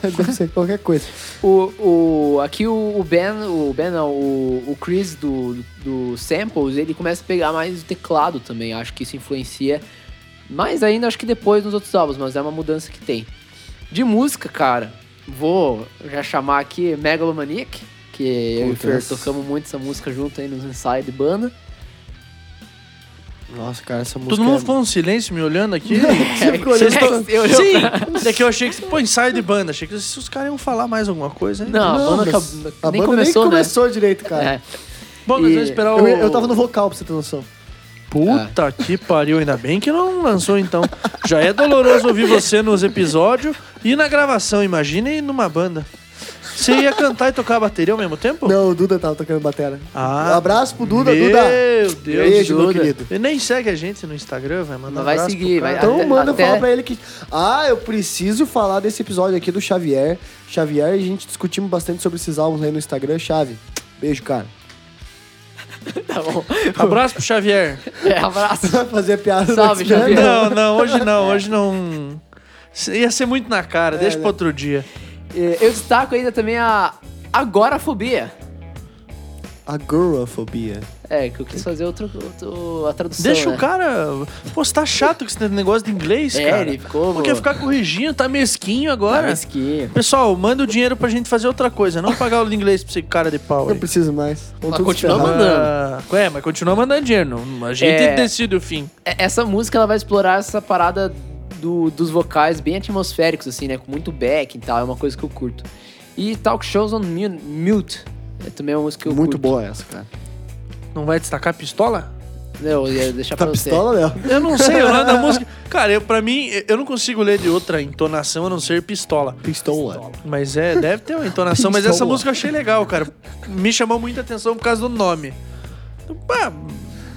Deve ser qualquer coisa. O, o, aqui o, o Ben, o Ben não, o, o Chris do, do Samples, ele começa a pegar mais o teclado também. Acho que isso influencia mais ainda, acho que depois nos outros álbuns, mas é uma mudança que tem. De música, cara, vou já chamar aqui Megalomaniac, que eu e o Fer Putz. tocamos muito essa música junto aí nos ensaios de banda. Nossa, cara, essa música. Todo mundo é- ficou um silêncio me olhando aqui. Você ficou olhando Vocês pra- tão- Eu- eu- Sim! É que eu achei que. Pô, ensaio de banda. Achei que se os caras iam falar mais alguma coisa. hein? Não, a Não, banda mas acab- a nem banda começou, nem né? começou direito, cara. É. Bom, nós E- vamos esperar Eu, o. eu tava no Ah. vocal, pra você ter noção. Puta que pariu, ainda bem que não lançou então. Já é doloroso ouvir você nos episódios e na gravação, imagine numa banda. Você ia cantar e tocar a bateria ao mesmo tempo? Não, o Duda tava tocando batera. Ah. um abraço pro Duda, Meu Duda. Deus, Beijo, meu Duda. querido. Ele nem segue a gente no Instagram, vai mandar Não vai abraço seguir, pro cara. vai- Então Até- manda até- falar pra ele que. Ah, eu preciso falar desse episódio aqui do Xavier. Xavier, a gente discutimos bastante sobre esses álbuns aí no Instagram. Chave, beijo, cara. Tá bom. Abraço pro Xavier. É, Você abraço. vai fazer piada no Salve, Instagram? Xavier. Não, não, hoje não, hoje não. Ia ser muito na É, cara, deixa né? pra outro dia. Eh, Eu destaco ainda também a Agorafobia. Agorafobia. É, que eu quis fazer outro, outro- a tradução. Deixa né? o cara. Pô, você tá chato com esse negócio de inglês, É, cara. ele ficou- Pô, Quer ficar corrigindo, tá mesquinho agora. Tá mesquinho. Pessoal, manda o dinheiro pra gente fazer outra coisa, não pagar o inglês pra esse cara de pau. Não Aí. preciso mais. Vão Mas todos continua ferrar. mandando. Ah, ué, mas continua mandando dinheiro. não- A gente É. decide o fim. É, Essa música ela vai explorar essa parada do- dos vocais bem atmosféricos, assim, né? Com muito back e tal. É uma coisa que eu curto. E Talk Shows on Mu- Mute. É também uma música que eu Muito curto. boa essa, cara. Não vai destacar a pistola? Não, eu ia deixar Tá pra você. pistola, Léo? Eu não sei o nome da música. Cara, eu, pra mim, eu não consigo ler de outra entonação a não ser pistola. Pistola. Mas é, deve ter uma entonação. Mas essa Pistola. música eu achei legal, cara. Me chamou muita atenção por causa do nome. Pá,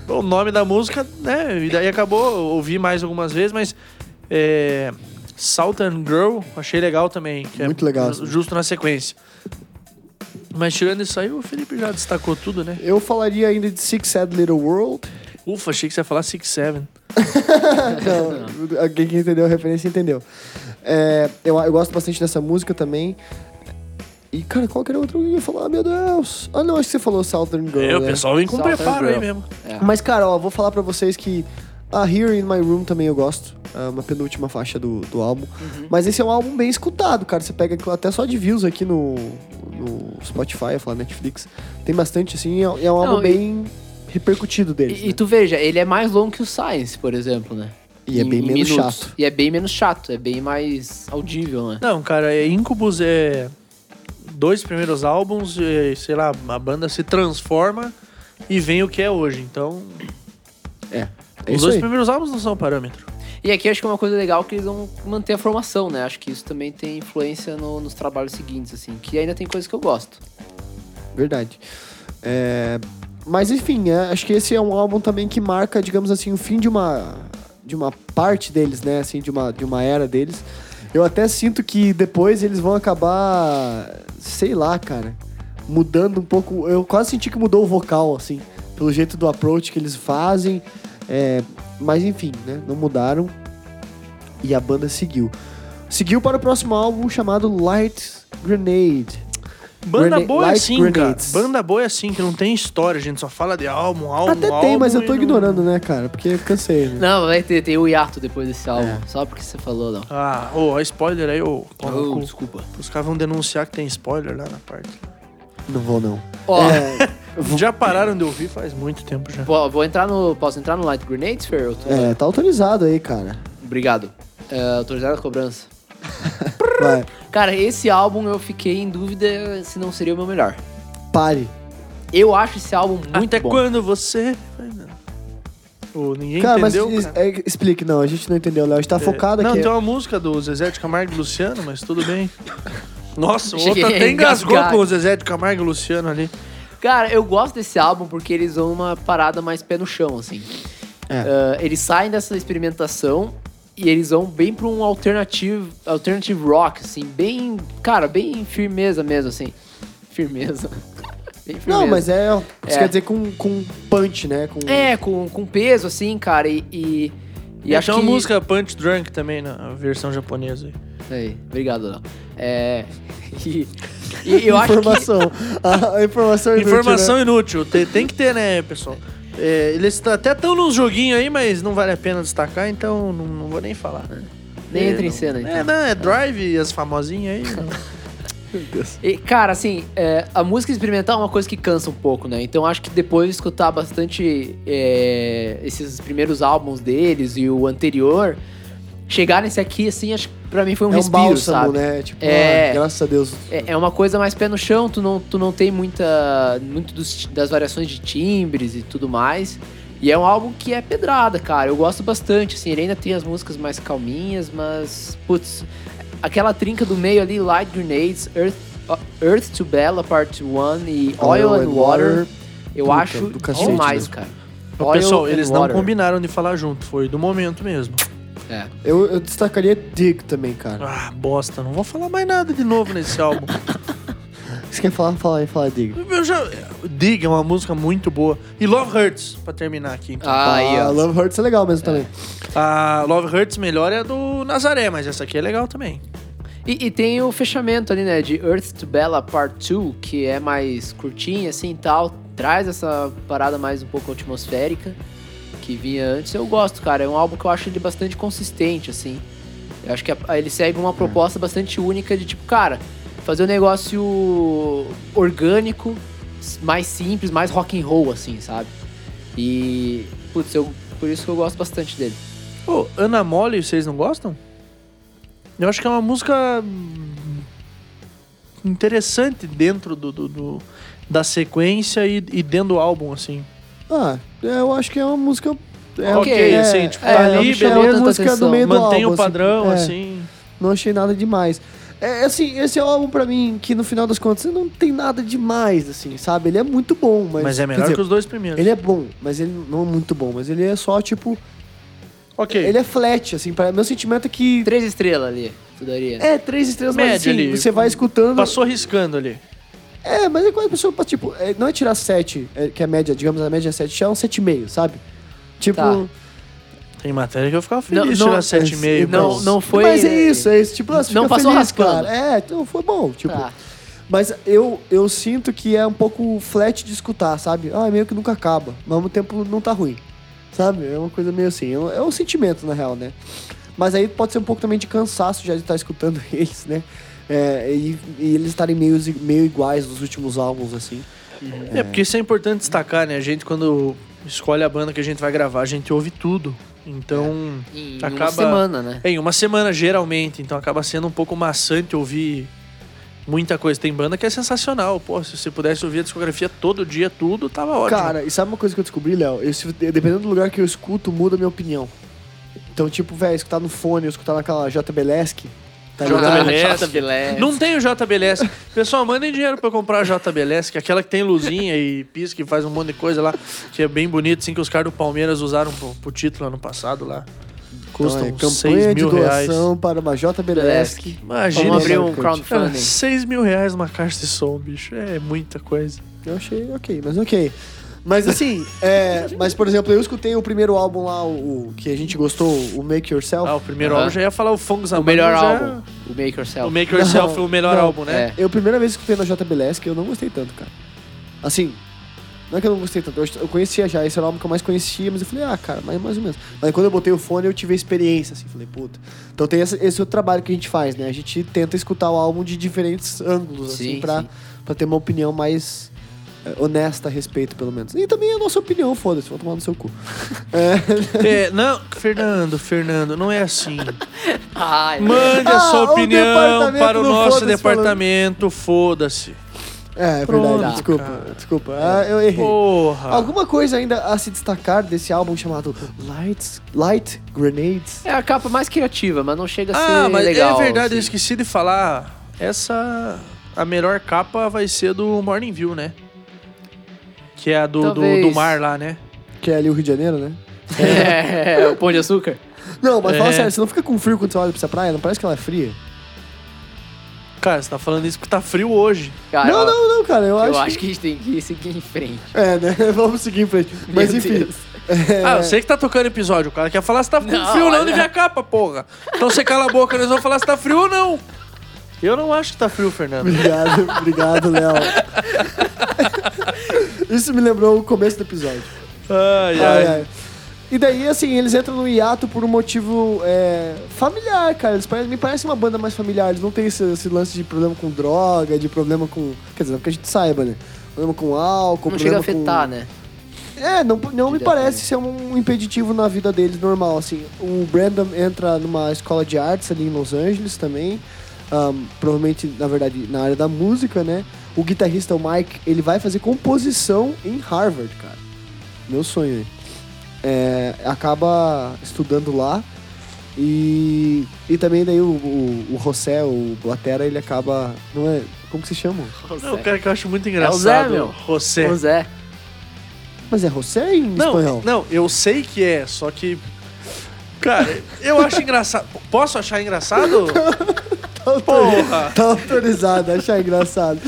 o nome da música, né? E daí acabou, eu ouvi mais algumas vezes, mas. É, Southern Girl, achei legal também. que é Muito legal. Justo na sequência. Mas tirando isso aí, o Felipe já destacou tudo, né? Eu falaria ainda de Six Sad Little World. Ufa, achei que você ia falar Six Seven. Não, alguém que entendeu a referência entendeu. É, eu, eu gosto bastante dessa música também. E, cara, qual que era outro que eu ia falar? Ah, meu Deus. Ah, não, acho que você falou Southern Girl. É, o né? pessoal vem com Southern preparo aí Girl. mesmo. É. Mas, cara, ó, vou falar pra vocês que a Here in My Room também eu gosto. É uma penúltima faixa do, do álbum. Uhum. Mas esse é um álbum bem escutado, cara. Você pega até só de views aqui no, no Spotify, eu falo Netflix. Tem bastante, assim. É, é um álbum Não, e- bem repercutido deles. E, né? e tu veja, ele é mais longo que o Science, por exemplo, né? E é bem menos chato. E é bem menos chato, é bem mais audível, né? Não, cara, é Incubus é dois primeiros álbuns, é, sei lá, a banda se transforma e vem o que é hoje. Então, É. É os isso dois aí. primeiros álbuns não são um parâmetro. E aqui acho que é uma coisa legal que eles vão manter a formação, né? Acho que isso também tem influência no- nos trabalhos seguintes, assim. Que ainda tem coisas que eu gosto. Verdade. É, Mas enfim, é, acho que esse é um álbum também que marca, digamos assim, o fim de uma, de uma parte deles, né? Assim, de uma, de uma era deles. Eu até sinto que depois eles vão acabar, sei lá, cara, mudando um pouco. Eu quase senti que mudou o vocal, assim, pelo jeito do approach que eles fazem. É, Mas enfim, né? Não mudaram. E a banda seguiu. Seguiu para o próximo álbum chamado Light Grenade. Banda Grenade- boa é Light assim, Grenades. cara. Banda boa é assim, que não tem história, a gente só fala de álbum, álbum, Até álbum. tem, mas eu tô e não- ignorando, né, cara? Porque eu cansei, né? Não, vai ter, tem o hiato depois desse álbum. Só porque você falou, não. Ah, ô, ó, spoiler aí, ô. pau no cu. desculpa. Os caras vão denunciar que tem spoiler lá na parte. Não vou, não. Ó, É, Já pararam de ouvir faz muito tempo já. Vou, vou entrar no. Posso entrar no Light Grenades, Fer? Eu tô- É, tá autorizado aí, cara. Obrigado. É, autorizado a cobrança. Vai, Cara, esse álbum eu fiquei em dúvida se não seria o meu melhor. pare. Eu acho esse álbum muito Até bom. quando você. Ô, ninguém Cara, entendeu. mas cara. É. é, explique, não, a gente não entendeu, Léo. A gente tá focado Não, então- aqui. tem uma música do Zezé de Camargo e Luciano, mas tudo bem. Nossa, o Cheguei outro até a engasgou engasgar. com o Zezé de Camargo e Luciano ali. Cara, eu gosto desse álbum porque eles vão uma parada mais pé no chão, assim. É. Ah, eles saem dessa experimentação e eles vão bem pra um alternative, alternative rock, assim, bem, cara, bem firmeza mesmo, assim. Firmeza. bem firmeza. Não, mas é. Isso É. quer dizer com, com punch, né? Com, É, com, com peso, assim, cara, e... e... E E acho tem uma que... música Punch Drunk também na versão japonesa. aí. Aí, obrigado, Léo. É... E, e eu acho que... informação. A informação inútil, Informação né? inútil. Te- Tem, que ter, né, pessoal? É, eles tá- até estão nos joguinhos aí, mas não vale a pena destacar, então não, não vou nem falar. Nem entra em não- cena, então. É, não, é Drive e as famosinhas aí. não. E, cara, assim, é, a música experimental é uma coisa que cansa um pouco, né? Então acho que depois de escutar bastante é, esses primeiros álbuns deles e o anterior, chegar nesse aqui, assim, acho que pra mim foi um É um respiro, bálsamo, sabe? né? Tipo, É. ah, graças a Deus. É, é uma coisa mais pé no chão, tu não, tu não tem muita. muito dos ti- das variações de timbres e tudo mais. E é um álbum que é pedrada, cara. Eu gosto bastante, assim, ele ainda tem as músicas mais calminhas, mas. Putz, aquela trinca do meio ali, Light Grenades, Earth, ó, Earth to Bella, Part 1 e Oil, and Water, eu Puta, acho do cacete, demais, né? cara. Ô, Oil pessoal, and eles não Water. combinaram de falar junto, foi do momento mesmo. É. Eu, eu destacaria Dig também, cara. Ah, bosta, não vou falar mais nada de novo nesse álbum. Ah. Você quer falar? Fala aí, fala Dig. Eu já... Dig é uma música muito boa. E Love Hurts, pra terminar aqui. Ah, aí, ó. Love Hurts é legal mesmo também. A Love Hurts melhor é a do Nazaré, mas essa aqui é legal também. E, e tem o fechamento ali, né? De Earth to Bella Part 2, que é mais curtinha, assim e tal. Traz essa parada mais um pouco atmosférica que vinha antes. Eu gosto, cara. É um álbum que eu acho ele bastante consistente, assim. Eu acho que a- a- ele segue uma proposta bastante única de tipo, cara, fazer um negócio orgânico, s- mais simples, mais rock and roll, assim, sabe? E. Putz, eu, por isso que eu gosto bastante dele. Pô, Ana Mole, vocês não gostam? Eu acho que é uma música hum, interessante dentro do, do- do- da sequência e, e dentro do álbum, assim. Ah, eu acho que é uma música. É, Ok, assim, tipo, tá não ali, me chamou beleza, a música tanta atenção. do meio Mantém do álbum, o padrão, é, assim. Não achei nada demais. É assim, esse álbum pra mim, que no final das contas não tem nada demais, assim, sabe? Ele é muito bom, mas. Mas, é quer melhor dizer, que os dois primeiros. Ele é bom, mas ele não é muito bom, mas ele é só, tipo. ok. Ele é flat, assim. pra- Meu sentimento é que. Três estrelas ali, tu daria. É, três estrelas, mas Média assim, ali. tipo, você vai escutando. Passou riscando ali. É, mas é quase a pessoa, tipo, é, não é tirar 7, que é a média, digamos, a média é 7, já é um 7,5, sabe? Tipo. Tá. Tem matéria que eu ficava Não, feliz não, é, é, tirar 7,5. não, mas- não foi. Mas é isso, é isso. Tipo, ah, você Não fica passou feliz, raspando. cara. É, então foi bom. Tipo, Tá. Mas eu, eu sinto que é um pouco flat de escutar, sabe? Ah, meio que nunca acaba. Mas ao mesmo tempo não tá ruim. Sabe? É uma coisa meio assim. É um, é um sentimento, na real, né? Mas aí pode ser um pouco também de cansaço já de estar escutando eles, né? É, e, e eles estarem meio, meio iguais nos últimos álbuns, assim. É, porque isso é importante destacar, né? A gente, quando escolhe a banda que a gente vai gravar, a gente ouve tudo. Então, Em uma Acaba- semana, né? é em uma semana, geralmente. Então, acaba sendo um pouco maçante ouvir muita coisa. Tem banda que é sensacional. Pô, se você pudesse ouvir a discografia todo dia, tudo, tava ótimo. Cara, e sabe uma coisa que eu descobri, Léo? Eu, se- dependendo do lugar que eu escuto, muda a minha opinião. Então, tipo, velho, escutar no fone, eu escutar naquela JBLESC, tá J- ligado? JBLS. JBLS. não tem o JBLS. Pessoal, mandem dinheiro pra eu comprar a JBLS, que é aquela que tem luzinha e pisca e faz um monte de coisa lá, que é bem bonito, assim, que os caras do Palmeiras usaram pro, pro título ano passado lá. Então, Custam é, 6 campanha de mil reais. doação para uma JBLESC. Imagina. né? Vamos abrir um Gente, Cara, crowdfunding. 6 mil reais uma caixa de som, bicho. É muita coisa. Eu achei ok, mas ok. Mas assim, é, mas por exemplo, eu escutei o primeiro álbum lá, o, o que a gente gostou, o Make Yourself. Ah, o primeiro Aham. álbum já ia falar o Fungos O melhor álbum. O Make O Yourself. Make Yourself Não, é o melhor não, álbum, né? é. Eu, primeira vez que escutei na JBLESC, eu não gostei tanto, cara. Assim, não é que eu não gostei tanto, eu, eu conhecia já, esse era o álbum que eu mais conhecia, mas eu falei, ah, cara, mais, mais ou menos. Mas quando eu botei o fone, eu tive a experiência, assim, falei, puta. Então tem esse, esse outro trabalho que a gente faz, né? A gente tenta escutar o álbum de diferentes ângulos, assim, Sim, pra, sim. pra ter uma opinião mais. é, honesta a respeito, pelo menos. E também a nossa opinião, foda-se, vão tomar no seu cu. É, não, Fernando, Fernando, não é assim. Ai, Mande Ah, a sua o opinião departamento para o do nosso foda-se departamento, foda-se. É, é Pronto, verdade, desculpa, cara. desculpa. Ah, eu errei. Porra. Alguma coisa ainda a se destacar desse álbum chamado Lights, Light Grenades? É a capa mais criativa, mas não chega a ser Ah, mas legal. é verdade, eu assim. esqueci de falar. Essa. A melhor capa vai ser do Morning View, né? Que é a do, do, Talvez. do mar lá, né? Que é ali o Rio de Janeiro, né? É, o Pão de Açúcar. Não, mas fala É. sério, você não fica com frio quando você olha pra essa praia? Não parece que ela é fria? Cara, você tá falando isso porque tá frio hoje. Cara, não, ó, não, não, cara, eu, Ah, Eu acho... acho, que a gente tem que seguir em frente. É, né? Vamos seguir em frente. Mas Meu enfim, é, Deus. Ah, eu sei que tá tocando episódio. O cara quer falar se tá com É. Não, frio ou não de olha. ver a capa, porra. Então você cala a boca, nós vamos falar se tá frio ou não. Eu não acho que tá frio, Fernando. obrigado, obrigado, Léo. Isso me lembrou o começo do episódio. É. Ai, Ai, ai. ai. E daí, assim, eles entram no hiato por um motivo é, familiar, cara. Eles parecem, me parece uma banda mais familiar. Eles não têm esse, esse lance de problema com droga, de problema com. Quer dizer, não que a gente saiba, né? Problema com álcool, Não chega a problema afetar, com... né? É, não, não me Diretamente. parece ser um impeditivo na vida deles normal, assim. O Brandon entra numa escola de artes ali em Los Angeles também. ahm, provavelmente, na verdade, na área da música, né? O guitarrista, o Mike, ele vai fazer composição em Harvard, cara. Meu sonho aí. É, acaba estudando lá. E, e também daí o, o, o José, o Blatera, ele acaba... Não é, como que se chama? É o cara que eu acho muito engraçado. Zé, meu. José. O Zé. Mas é José em espanhol? Não, não, eu sei que é, só que. Cara, eu acho engraçado. Posso achar engraçado? Porra! Tá autorizado, achar engraçado.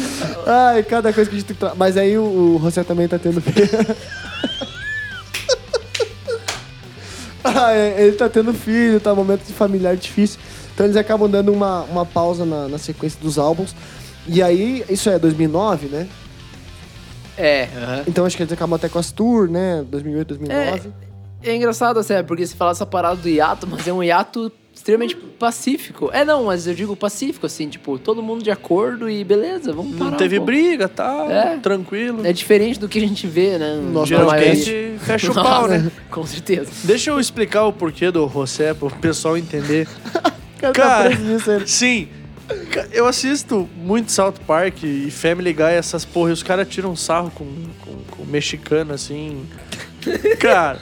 Ai, cada coisa que a gente tem que tra... Mas aí o, o José também tá tendo. Ah, é, ele tá tendo filho, tá um momento de familiar difícil. Então eles acabam dando uma, uma pausa na, na sequência dos álbuns. E aí, isso é 2009, né? É, aham. Então acho que eles acabam até com as tour, né? 2008, 2009. É engraçado, assim, é, porque se falar essa parada do hiato, mas é um hiato extremamente pacífico. É, não, mas eu digo pacífico, assim, tipo, todo mundo de acordo e beleza, vamos parar. Não teve um pouco. briga, tá? É. Tranquilo. É diferente do que a gente vê, né? Nossa, na maioria. Geralmente fecha o pau, né? Nossa, Com certeza. Deixa eu explicar o porquê do José pro pessoal entender. Cara, tá Cara. preso nisso aí. Sim. Ca- Eu assisto muito South Park e Family Guy, essas porra, e os caras tiram um sarro com, com, com um mexicano, assim. Cara,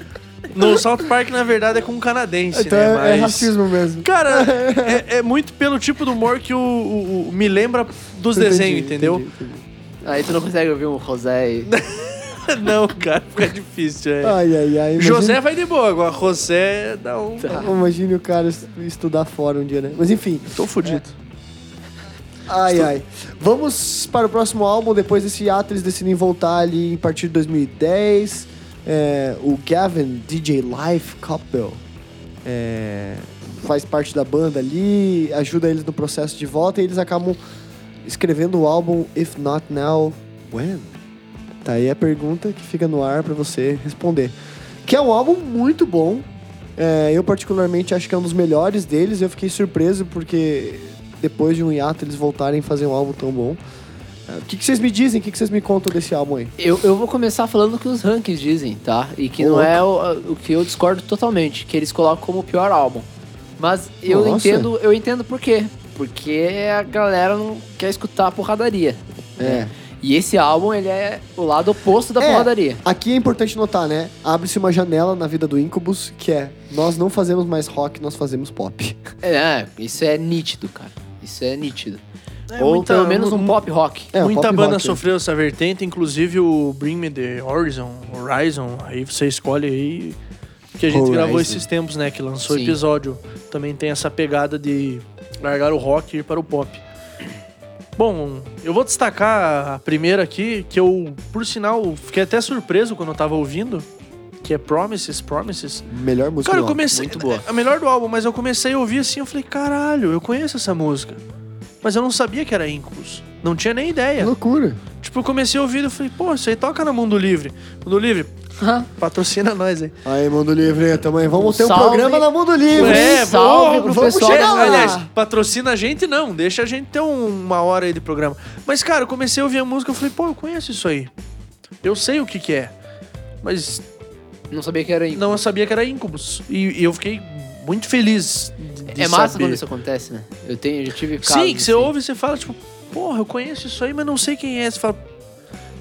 no South Park, na verdade, é com canadense, Então né? é, é Mas- racismo mesmo. Cara, é, é muito pelo tipo do humor que o, o- o- me lembra dos Entendi, desenhos, um entendeu? entendi, entendi. Aí tu não consegue ouvir um José e... Não, cara, fica difícil, é. Ai, ai, ai. Ah, imagina- Tá. José vai de boa, agora José dá um... Imagine o cara est- estudar fora um dia, né? Mas enfim. Tô fudido. Ai, ai. Vamos para o próximo álbum. Depois desse hiato, eles decidem voltar ali a partir de 2010. É, o Gavin, DJ Life Coppel, é, faz parte da banda ali, ajuda eles no processo de volta e eles acabam escrevendo o álbum If Not Now, When? Tá aí a pergunta que fica no ar pra você responder. Que é um álbum muito bom. É, eu particularmente acho que é um dos melhores deles. Eu fiquei surpreso porque depois de um hiato eles voltarem a fazer um álbum tão bom. É, O que, que vocês me dizem? O que, que vocês me contam desse álbum aí? Eu, eu vou começar falando o que os rankings dizem, tá? E que não é o, o que eu discordo totalmente, que eles colocam como o pior álbum. Mas eu Nossa. entendo, eu entendo por quê. Porque a galera não quer escutar a porradaria. É. né? E esse álbum, ele é o lado oposto da É. porradaria. Aqui é importante notar, né? Abre-se uma janela na vida do Incubus, que é nós não fazemos mais rock, nós fazemos pop. É, isso é nítido, cara. Isso é nítido. É Ou muita- pelo menos um pop rock. É, o Muita pop banda rock. sofreu essa vertente, inclusive o Bring Me The Horizon, Horizon, aí você escolhe aí, que a gente Horizon. gravou esses tempos, né, que lançou o Sim. episódio. Também tem essa pegada de largar o rock e ir para o pop. Bom, eu vou destacar a primeira aqui, que eu, por sinal, fiquei até surpreso quando eu tava ouvindo, que é Promises, Promises. Melhor música. Cara, do eu álbum. comecei. muito boa. A melhor do álbum, mas eu comecei a ouvir assim, eu falei, caralho, eu conheço essa música. Mas eu não sabia que era Incubus. Não tinha nem Que ideia. loucura. Tipo, eu comecei a ouvir e falei, pô, isso aí toca na Mundo Livre. Mundo Livre, patrocina nós aí. Aí, Mundo Livre também. Vamos ter um Salve. programa na Mundo Um Livre. É, hein? salve pro vamos pessoal chegar da- lá. Aliás, patrocina a gente não, deixa a gente ter um- uma hora aí de programa. Mas, cara, eu comecei a ouvir a música, eu falei, pô, eu conheço isso aí. Eu sei o que que é, mas Não sabia que era não eu sabia que era Incubus. E, e eu fiquei muito feliz de É massa saber. quando isso acontece, né? Eu, tenho, eu já tive casos. Sim, que você assim. ouve e você fala, tipo, porra, eu conheço isso aí, mas não sei quem é. Você fala,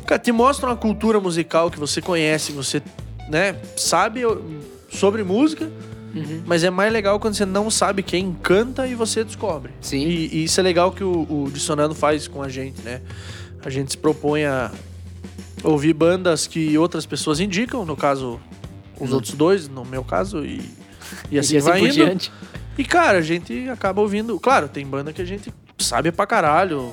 cara, te mostra uma cultura musical que você conhece, você, né, sabe eu- sobre música, Uhum. mas é mais legal quando você não sabe quem canta e você descobre. Sim. E, e isso é legal que o, o Dicionando faz com a gente, né? A gente se propõe a ouvir bandas que outras pessoas indicam, no caso, os Uhum. outros dois, no meu caso, e, e assim e vai por indo. diante. E, cara, a gente acaba ouvindo. Claro, tem banda que a gente sabe pra caralho.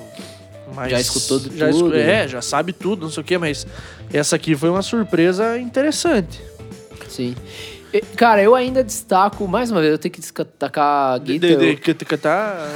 Mas Já escutou de já tudo, né? É, já sabe tudo, não sei o quê, mas essa aqui foi uma surpresa interessante. Sim. E, cara, eu ainda destaco, mais uma vez, eu tenho que destacar a De, Guita. de, de, eu- que- que tá-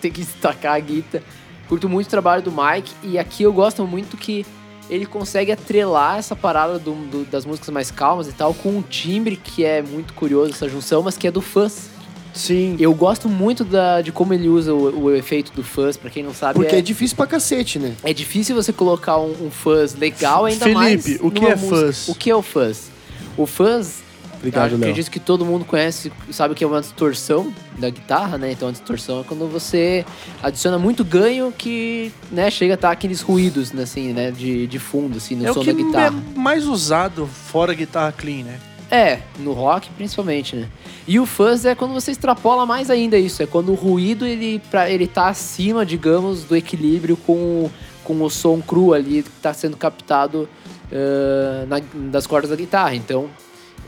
Tem que destacar a Guita. Curto muito o trabalho do Mike e aqui eu gosto muito que ele consegue atrelar essa parada do- do- das músicas mais calmas e tal com um timbre que é muito curioso, essa junção, mas que é do fuzz. Sim. Eu gosto muito da- de como ele usa o, o efeito do fuzz, pra quem não sabe. Porque é é, difícil pra cacete, né? é difícil você colocar um, um fuzz legal, ainda Felipe, mais. o que numa é fuzz? O que é o fuzz? O fuzz Obrigado, eu Léo. acredito que é todo mundo conhece, sabe que é uma distorção da guitarra, né? Então a distorção é quando você adiciona muito ganho que, né, chega a estar aqueles ruídos, né, assim, né, de, de fundo, assim, no é o som da que é guitarra. mais usado fora guitarra clean, né? É, no rock principalmente, né? E o fuzz é quando você extrapola mais ainda isso, é quando o ruído ele, pra, ele tá acima, digamos, do equilíbrio com, o- com o som cru ali que tá sendo captado ah, na- das cordas da guitarra. Então,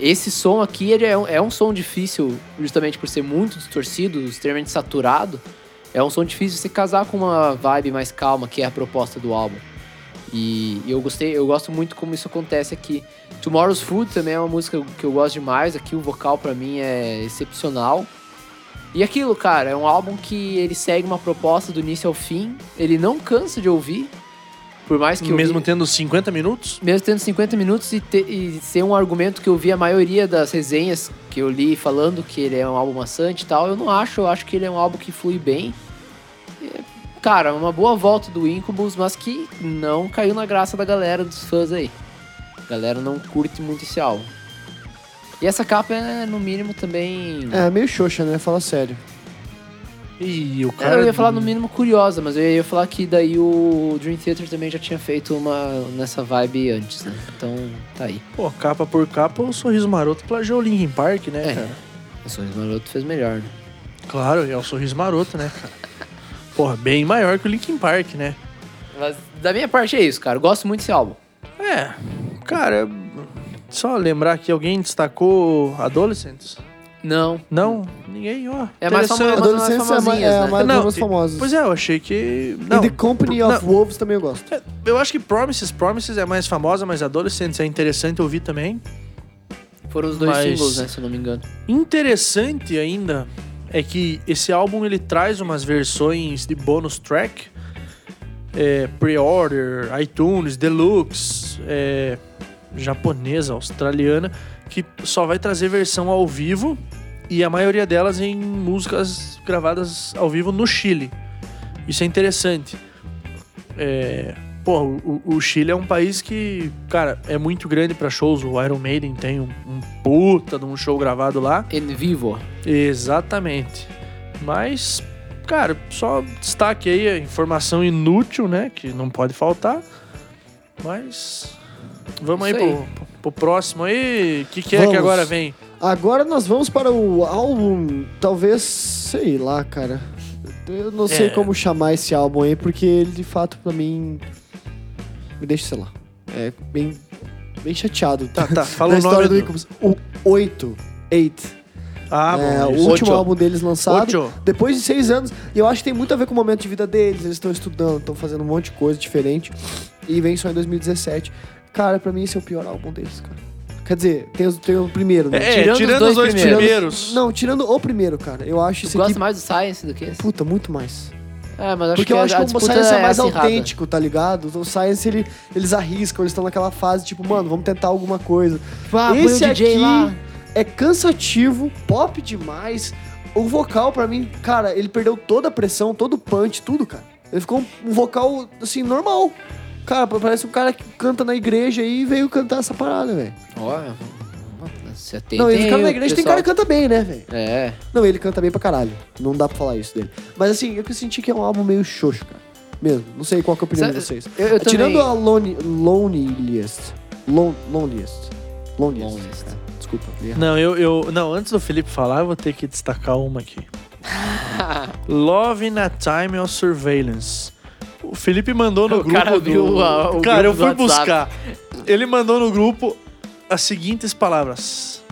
esse som aqui ele é, um, é um som difícil, justamente por ser muito distorcido, extremamente saturado. É um som difícil de se casar com uma vibe mais calma, que é a proposta do álbum. E eu gostei, eu gosto muito como isso acontece aqui. Tomorrow's Food também é uma música que eu gosto demais. Aqui o vocal pra mim é excepcional. E aquilo, cara, é um álbum que ele segue uma proposta do início ao fim. Ele não cansa de ouvir, por mais que eu Mesmo vi- tendo 50 minutos. mesmo tendo 50 minutos e, ter- e ser um argumento que eu vi a maioria das resenhas que eu li falando que ele é um álbum maçante e tal, eu não acho, eu acho que ele é um álbum que flui bem. É, cara, uma boa volta do Incubus, mas que não caiu na graça da galera dos fãs aí. A galera não curte muito esse álbum. E essa capa é, no mínimo, também. É, meio xoxa, né? Fala sério. E o Cara, cara. É, é eu ia falar no mínimo curiosa, mas eu ia falar que daí o Dream Theater também já tinha feito uma nessa vibe antes, né? Então, tá aí. Pô, capa por capa, o sorriso maroto plagiou o Linkin Park, né, É. cara? O Sorriso Maroto fez melhor, né? Claro, é o sorriso maroto, né, cara? Porra, bem maior que o Linkin Park, né? Mas da minha parte é isso, cara. Eu Gosto muito desse álbum. É, cara, só lembrar que alguém destacou Adolescents? Não. Não, ninguém, ó. É mais Interessante. famoso. das Adolescência é, mais ma- famosinhas, é né? uma Não, das mais famosas. Pois é, eu achei que. Não, e The Company Pro- of Wolves também eu gosto. eu acho que Promises, Promises é mais famosa, mas Adolescents é interessante ouvir também. Foram os dois Mas- singles, né? Se eu não me engano. Interessante ainda é que esse álbum ele traz umas versões de bonus track, é, pre-order, iTunes, deluxe, é, japonesa, australiana, que só vai trazer versão ao vivo e a maioria delas em músicas gravadas ao vivo no Chile. Isso é interessante. É, pô, o, o Chile é um país que, cara, é muito grande pra shows. O Iron Maiden tem um, um puta de um show gravado lá. En Vivo. Exatamente. Mas, cara, só destaque aí a informação inútil, né? Que não pode faltar. Mas. Vamos aí, Isso aí. Pro, pro próximo aí. O que, que é Vamos. que agora vem? Agora nós vamos para o álbum, talvez, sei lá, cara. Eu não sei É. como chamar esse álbum aí, porque ele de fato pra mim me deixa, sei lá, é bem, bem chateado. Tá, tá. Da Fala o nome história do do... Incubus. O 8, 8. Ah, é, bom. o isso. último Ocho. álbum deles lançado. Ocho. Depois de seis anos. E eu acho que tem muito a ver com o momento de vida deles. Eles estão estudando, estão fazendo um monte de coisa diferente. E vem só em 2017. Cara, pra mim esse é o pior álbum deles, cara. Quer dizer, tem, os- tem o primeiro, né? É, Tirando tirando, os dois os dois primeiros. primeiros. Não, tirando o primeiro, cara. Eu acho Tu esse gosta aqui... mais do Science do que esse? Puta, muito mais. É, mas acho Porque que eu a, acho a que o disputa Science é é mais acirrada. autêntico, tá ligado? O Science, ele, eles arriscam, eles estão naquela fase, tipo, mano, vamos tentar alguma coisa. Ah, põe o Esse DJ aqui lá. é cansativo, pop demais. O vocal, pra mim, cara, ele perdeu toda a pressão, todo o punch, tudo, cara. Ele ficou um, um vocal, assim, normal. Cara, parece um cara que canta na igreja e veio cantar essa parada, velho. Ó, você tem. Não, tem ele canta aí na o igreja, tem pessoal- cara que canta bem, né, velho? É. Não, ele canta bem pra caralho. Não dá pra falar isso dele. Mas assim, eu que senti que é um álbum meio xoxo, cara. Mesmo. Não sei qual que é a opinião Sabe- de vocês. eu- eu Tirando também- a Lone, Loneliest. Lon, loneliest. Loneliest. Loneliest. cara. Desculpa. dei errado. Não, eu, eu. Não, antes do Felipe falar, eu vou ter que destacar uma aqui. Love in a Time of Surveillance. O Felipe mandou no O grupo. cara do... viu a- o cara, eu grupo fui do WhatsApp. buscar. Ele mandou no grupo as seguintes palavras.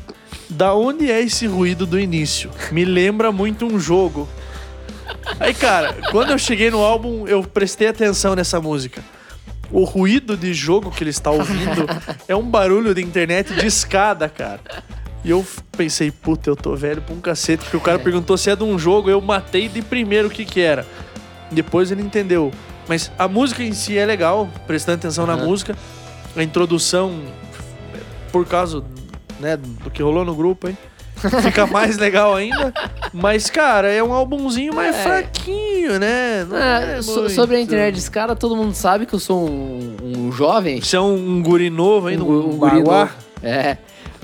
Da onde é esse ruído do início? Me lembra muito um jogo. Aí, cara, quando eu cheguei no álbum, eu prestei atenção nessa música. O ruído de jogo que ele está ouvindo é um barulho de internet de escada, cara. E eu pensei, puta, eu tô velho pra um cacete, porque o cara perguntou se é de um jogo, eu matei de primeiro o que que era. Depois ele entendeu. Mas a música em si é legal, prestando atenção na Aham. música. A introdução, por causa né, do que rolou no grupo, hein? Fica mais legal ainda. Mas, cara, é um álbumzinho mais É. fraquinho, né? Não Ah, é so- muito- sobre a internet desse cara, todo mundo sabe que eu sou um, um jovem. Você é um, um guri novo ainda, gu- um, um guri baguá. novo. É.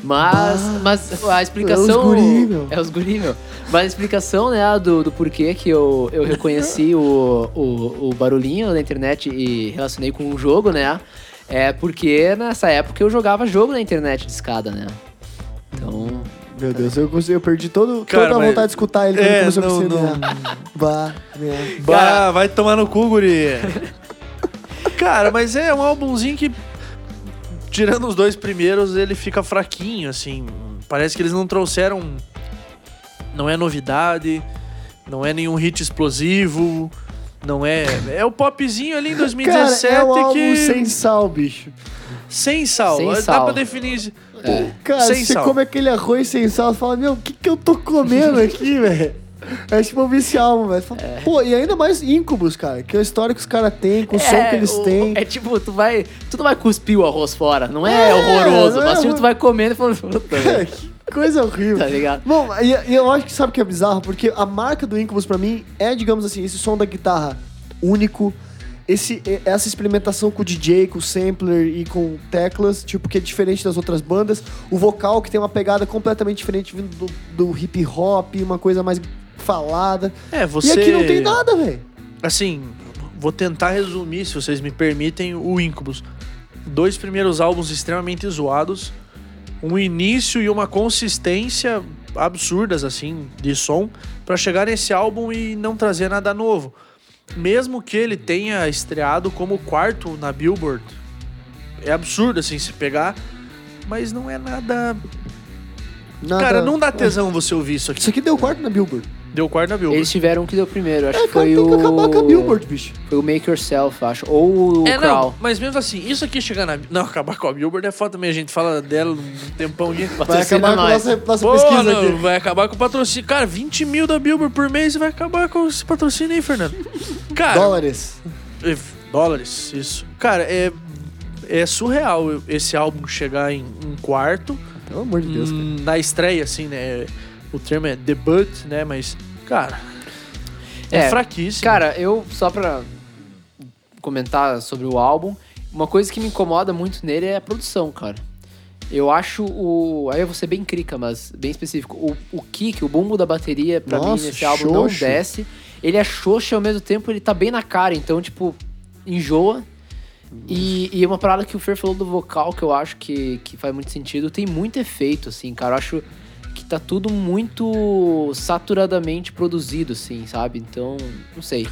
Mas, mas a explicação. Ah, é os guri, meu. É os guri, meu. Mas a explicação, né, do, do porquê que eu, eu reconheci o, o, o barulhinho da internet e relacionei com o jogo, né? É porque nessa época eu jogava jogo na internet de escada, né? Então. Meu Deus, eu, consegui- eu perdi todo, Cara, toda a mas- vontade de escutar ele quando É, começou não, a não. perceber. Bah, né. Bah, Cara- vai tomar no cu, guri. Cara, mas é um álbumzinho que, tirando os dois primeiros, ele fica fraquinho, assim. Parece que eles não trouxeram. Não é novidade, não é nenhum hit explosivo, não é. É o popzinho ali em 2017 Cara, é um álbum que. sem sal, bicho. Sem sal. Sem Dá sal. pra definir. É. Cara, Sem você sal. come aquele arroz sem sal, você fala, meu, o que, que eu tô comendo aqui, velho? É tipo ouvir esse álbum, velho. Você fala, É. Pô, e ainda mais íncubos, cara. Que é a história que os caras têm, com o som que eles o- têm. É tipo, tu vai. Tu não vai cuspir o arroz fora. Não é, É, horroroso. não é mas tipo, horror- tu vai comendo e falando. "Puta, Cara, que coisa horrível. é. Tá ligado? Bom, e, e eu acho que sabe o que é bizarro? Porque a marca do Incubus pra mim é, digamos assim, esse som da guitarra único, esse, e- essa experimentação com o DJ, com o sampler e com teclas, tipo, que é diferente das outras bandas. O vocal que tem uma pegada completamente diferente vindo do, do hip hop, uma coisa mais falada. É, você. E aqui não tem nada, velho. assim, vou tentar resumir, se vocês me permitem, o Incubus. Dois primeiros álbuns extremamente zoados, um início e uma consistência absurdas, assim, de som, pra chegar nesse álbum e não trazer nada novo. Mesmo que ele tenha estreado como quarto na Billboard, é absurdo, assim, se pegar, mas não é nada. Nada. Cara, não dá tesão você ouvir isso aqui. Isso aqui deu quarto na Billboard. Deu quarto na Billboard. Eles tiveram o que deu primeiro. Acho É, que cara, foi tem que acabar com a o. Billboard, bicho. Foi o Make Yourself, acho. Ou o É, Crawl. não, mas mesmo assim, isso aqui chegar na. Não, acabar com a Billboard é foda também, a gente fala dela um tempão aqui. Vai Patrocina acabar com a nós. nossa, nossa Pô, pesquisa não, aqui. vai acabar com o patrocínio. Cara, 20 mil da Billboard por mês vai acabar com esse patrocínio aí, Fernando. Cara, Dólares. eh, dólares, isso. Cara, é, é surreal esse álbum chegar em um quarto Pelo amor de Deus, cara. hum, na estreia, assim, né? O termo é debut, né? Mas, cara, é, É, fraquíssimo. Cara, eu, só pra comentar sobre o álbum, uma coisa que me incomoda muito nele é a produção, cara. Eu acho o. Aí eu vou ser bem crica, mas bem específico. O, o kick, o bumbo da bateria, pra mim, Nossa, nesse álbum não xoxo. desce. Ele é xoxo e ao mesmo tempo ele tá bem na cara, então, tipo, enjoa. E, e uma parada que o Fer falou do vocal, que eu acho que, que faz muito sentido, tem muito efeito, assim, cara. Eu acho que tá tudo muito saturadamente produzido, assim, sabe? Então, não sei.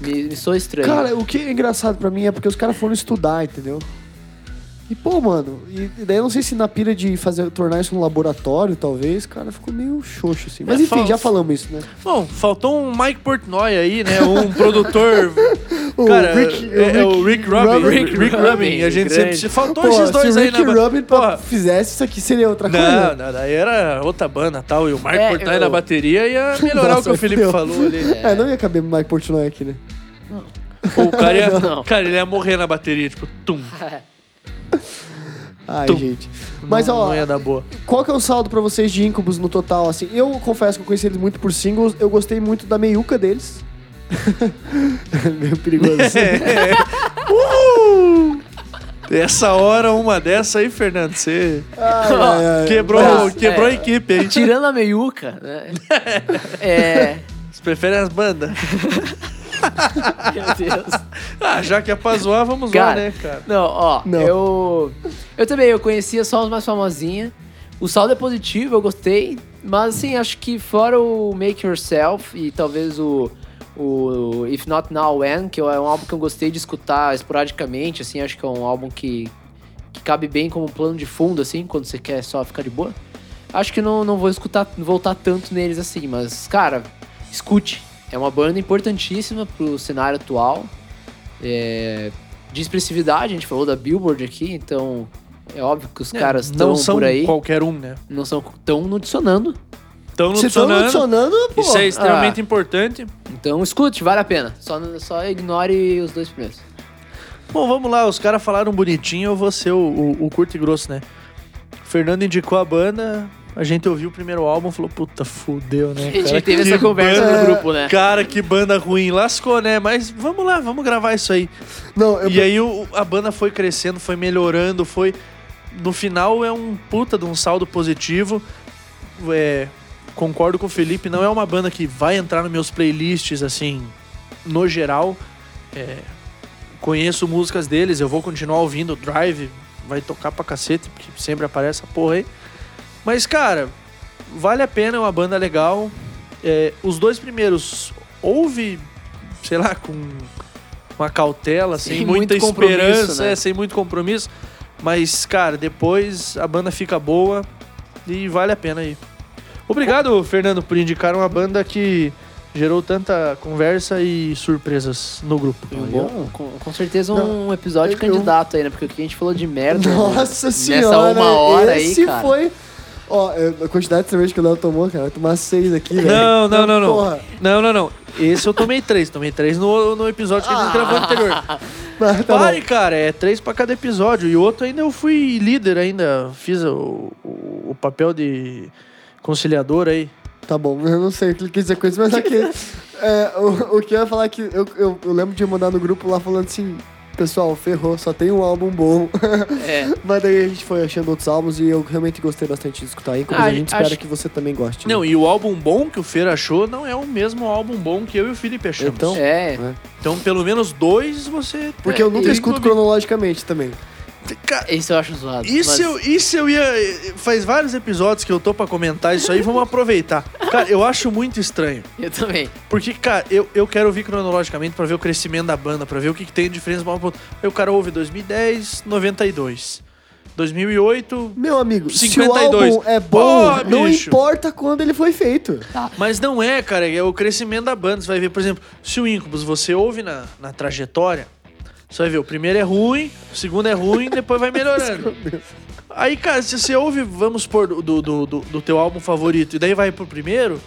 Me, me soa estranho. Cara, o que é engraçado pra mim é porque os caras foram estudar, entendeu? E, pô, mano, e e daí eu não sei se na pira de fazer, tornar isso um laboratório, talvez, cara, ficou meio xoxo, assim. Mas É, enfim, fal- já falamos isso, né? Bom, faltou um Mike Portnoy aí, né? Um produtor. O Cara, Rick- o é, é o Rick Rick Rubin. Rubin. Rick, Rick Rubin. A gente Grande. sempre. se Faltou Pô, esses se dois o aí Rick tá na. ba- Rubin pra- Porra, fizesse isso aqui, seria outra Não, coisa. não, daí era outra banda tal. E o Mike É, Portnoy eu- na bateria ia melhorar o que Nossa, o Felipe fudeu. falou ali. É, não ia caber Mike Portnoy aqui, né? O cara ia, Não. cara, ele ia morrer na bateria, tipo, tum. Ai, Tum. gente. Mas, não, ó, não ia dar boa. Qual que é o saldo pra vocês de Incubus no total, assim? Eu confesso que eu conheci eles muito por singles, eu gostei muito da É, meiuca deles. Meio perigoso. Essa hora, uma dessa aí, Fernando, você É, quebrou, Braço, quebrou é. a equipe aí. Tirando a meiuca, né? é. Você prefere as bandas? Meu Deus. Ah, já que é pra zoar, vamos lá, Cara, né, cara? Não, ó, Não. eu. Eu também, eu conhecia só os mais famosinhos. O saldo é positivo, eu gostei. Mas assim, acho que fora o Make Yourself e talvez o. O If Not Now When, que é um álbum que eu gostei de escutar esporadicamente, assim, acho que é um álbum que, que cabe bem como plano de fundo, assim, quando você quer só ficar de boa. Acho que não, não vou escutar, não voltar tanto neles assim, mas, cara, escute. É uma banda importantíssima pro cenário atual. É, de expressividade, a gente falou da Billboard aqui, então é óbvio que os caras estão não são por aí, qualquer um, né? não são tão noticionando. Estão Se estão funcionando. adicionando, pô. Isso é extremamente importante. Então escute, vale a pena. Só, só ignore os dois primeiros. Bom, vamos lá, os caras falaram bonitinho, eu vou ser o, o- o curto e grosso, né? O Fernando indicou a banda, a gente ouviu o primeiro álbum e falou, puta, fudeu, né? A gente cara? teve Que essa conversa banda- no grupo, né? Cara, que banda ruim, lascou, né? Mas vamos lá, vamos gravar isso aí. Não, eu, E aí o- a banda foi crescendo, foi melhorando, foi. No final é um puta de um saldo positivo. É, concordo com o Felipe, não é uma banda que vai entrar nos meus playlists, assim, no geral. É, conheço músicas deles, eu vou continuar ouvindo Drive, vai tocar pra cacete, porque sempre aparece essa porra aí. Mas, cara, vale a pena, é uma banda legal. É, os dois primeiros, houve, sei lá, com uma cautela, sem, Sem muita muito compromisso, esperança, né? é, sem muito compromisso. Mas, cara, depois a banda fica boa e vale a pena aí. Obrigado, Fernando, por indicar uma banda que gerou tanta conversa e surpresas no grupo. Um bom, com, com certeza um eu- episódio candidato aí, né? Porque o que a gente falou de merda né? Nossa senhora. nessa uma hora esse aí, cara. foi. Ó, eu- a quantidade de cerveja que o Léo tomou, cara, vai tomar seis aqui, velho. Então, Não, não, não, não. Porra. Não, não, não. Esse eu tomei três. Tomei três no, no episódio que a gente Ah. gravou anterior. Mas tá Pare, bom. cara. É três pra cada episódio. E outro ainda eu fui líder ainda. Fiz o, o, o papel de conciliador aí. Tá bom, eu não sei o que ele quis dizer com isso, mas aqui. é, o, o que eu ia falar é que eu, eu, eu lembro de mandar no grupo lá falando assim: pessoal, ferrou, só tem um álbum bom. É. mas daí a gente foi achando outros álbuns e eu realmente gostei bastante de escutar aí, como Ah, a gente espera acho- que você também goste. né? Não, e o álbum bom que o Fer achou não é o mesmo álbum bom que eu e o Felipe achamos. Então- É. Então, pelo menos dois você. Porque eu nunca tem escuto que ouvir. cronologicamente também. Ca- Isso eu acho zoado. Isso, mas- eu, isso eu ia. Faz vários episódios que eu tô pra comentar isso aí, vamos aproveitar. Cara, eu acho muito estranho. eu também. Porque, cara, eu, eu quero ouvir cronologicamente pra ver o crescimento da banda, pra ver o que, que tem de diferença. pra uma pra outra. Aí o cara ouve 2010, 92. 2008. Meu amigo, se 52. o álbum é bom, Porra, não bicho. importa quando ele foi feito. Mas não é, cara, é o crescimento da banda. Você vai ver, por exemplo, se o Incubus você ouve na, na trajetória, você vai ver, o primeiro é ruim, o segundo é ruim, depois vai melhorando. Aí, cara, se você ouve, vamos pôr, do, do, do, do- do teu álbum favorito, e daí vai pro primeiro,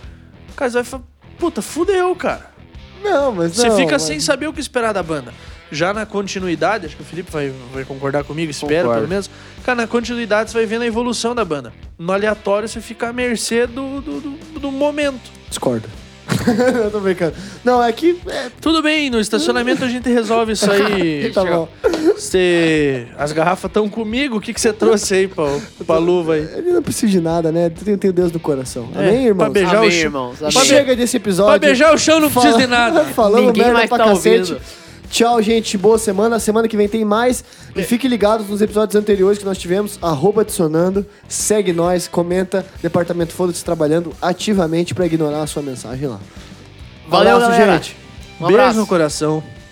cara, você vai falar, puta, fudeu, cara. Não, mas Você não, fica mas- sem saber o que esperar da banda. Já na continuidade, acho que o Felipe vai, vai concordar comigo, espero Concordo. pelo menos. Cara, na continuidade você vai vendo a evolução da banda. No aleatório você fica à mercê do, do, do- do momento. Discordo. eu tô brincando. Não, é que. É, Tudo bem, no estacionamento a gente resolve isso aí. tá bom. Você. As garrafas estão comigo, o que, que você trouxe aí pra, pra luva aí? Ele não precisa de nada, né? Tem, tem Deus no coração. É, Amém, irmão? pra beijar Amém, o chão. irmãos. Chega Amém. Chega desse episódio. Pra beijar o chão não precisa de Um nada. Falando Ninguém merda mais pra tá cacete. ouvindo. Tchau, gente. Boa semana. Semana que vem tem mais. E fiquem ligados nos episódios anteriores que nós tivemos. Arroba adicionando. Segue nós. Comenta. Departamento Foda-se trabalhando ativamente pra ignorar a sua mensagem lá. Valeu, Abraço, galera. gente. Um Beijo abraço. no coração.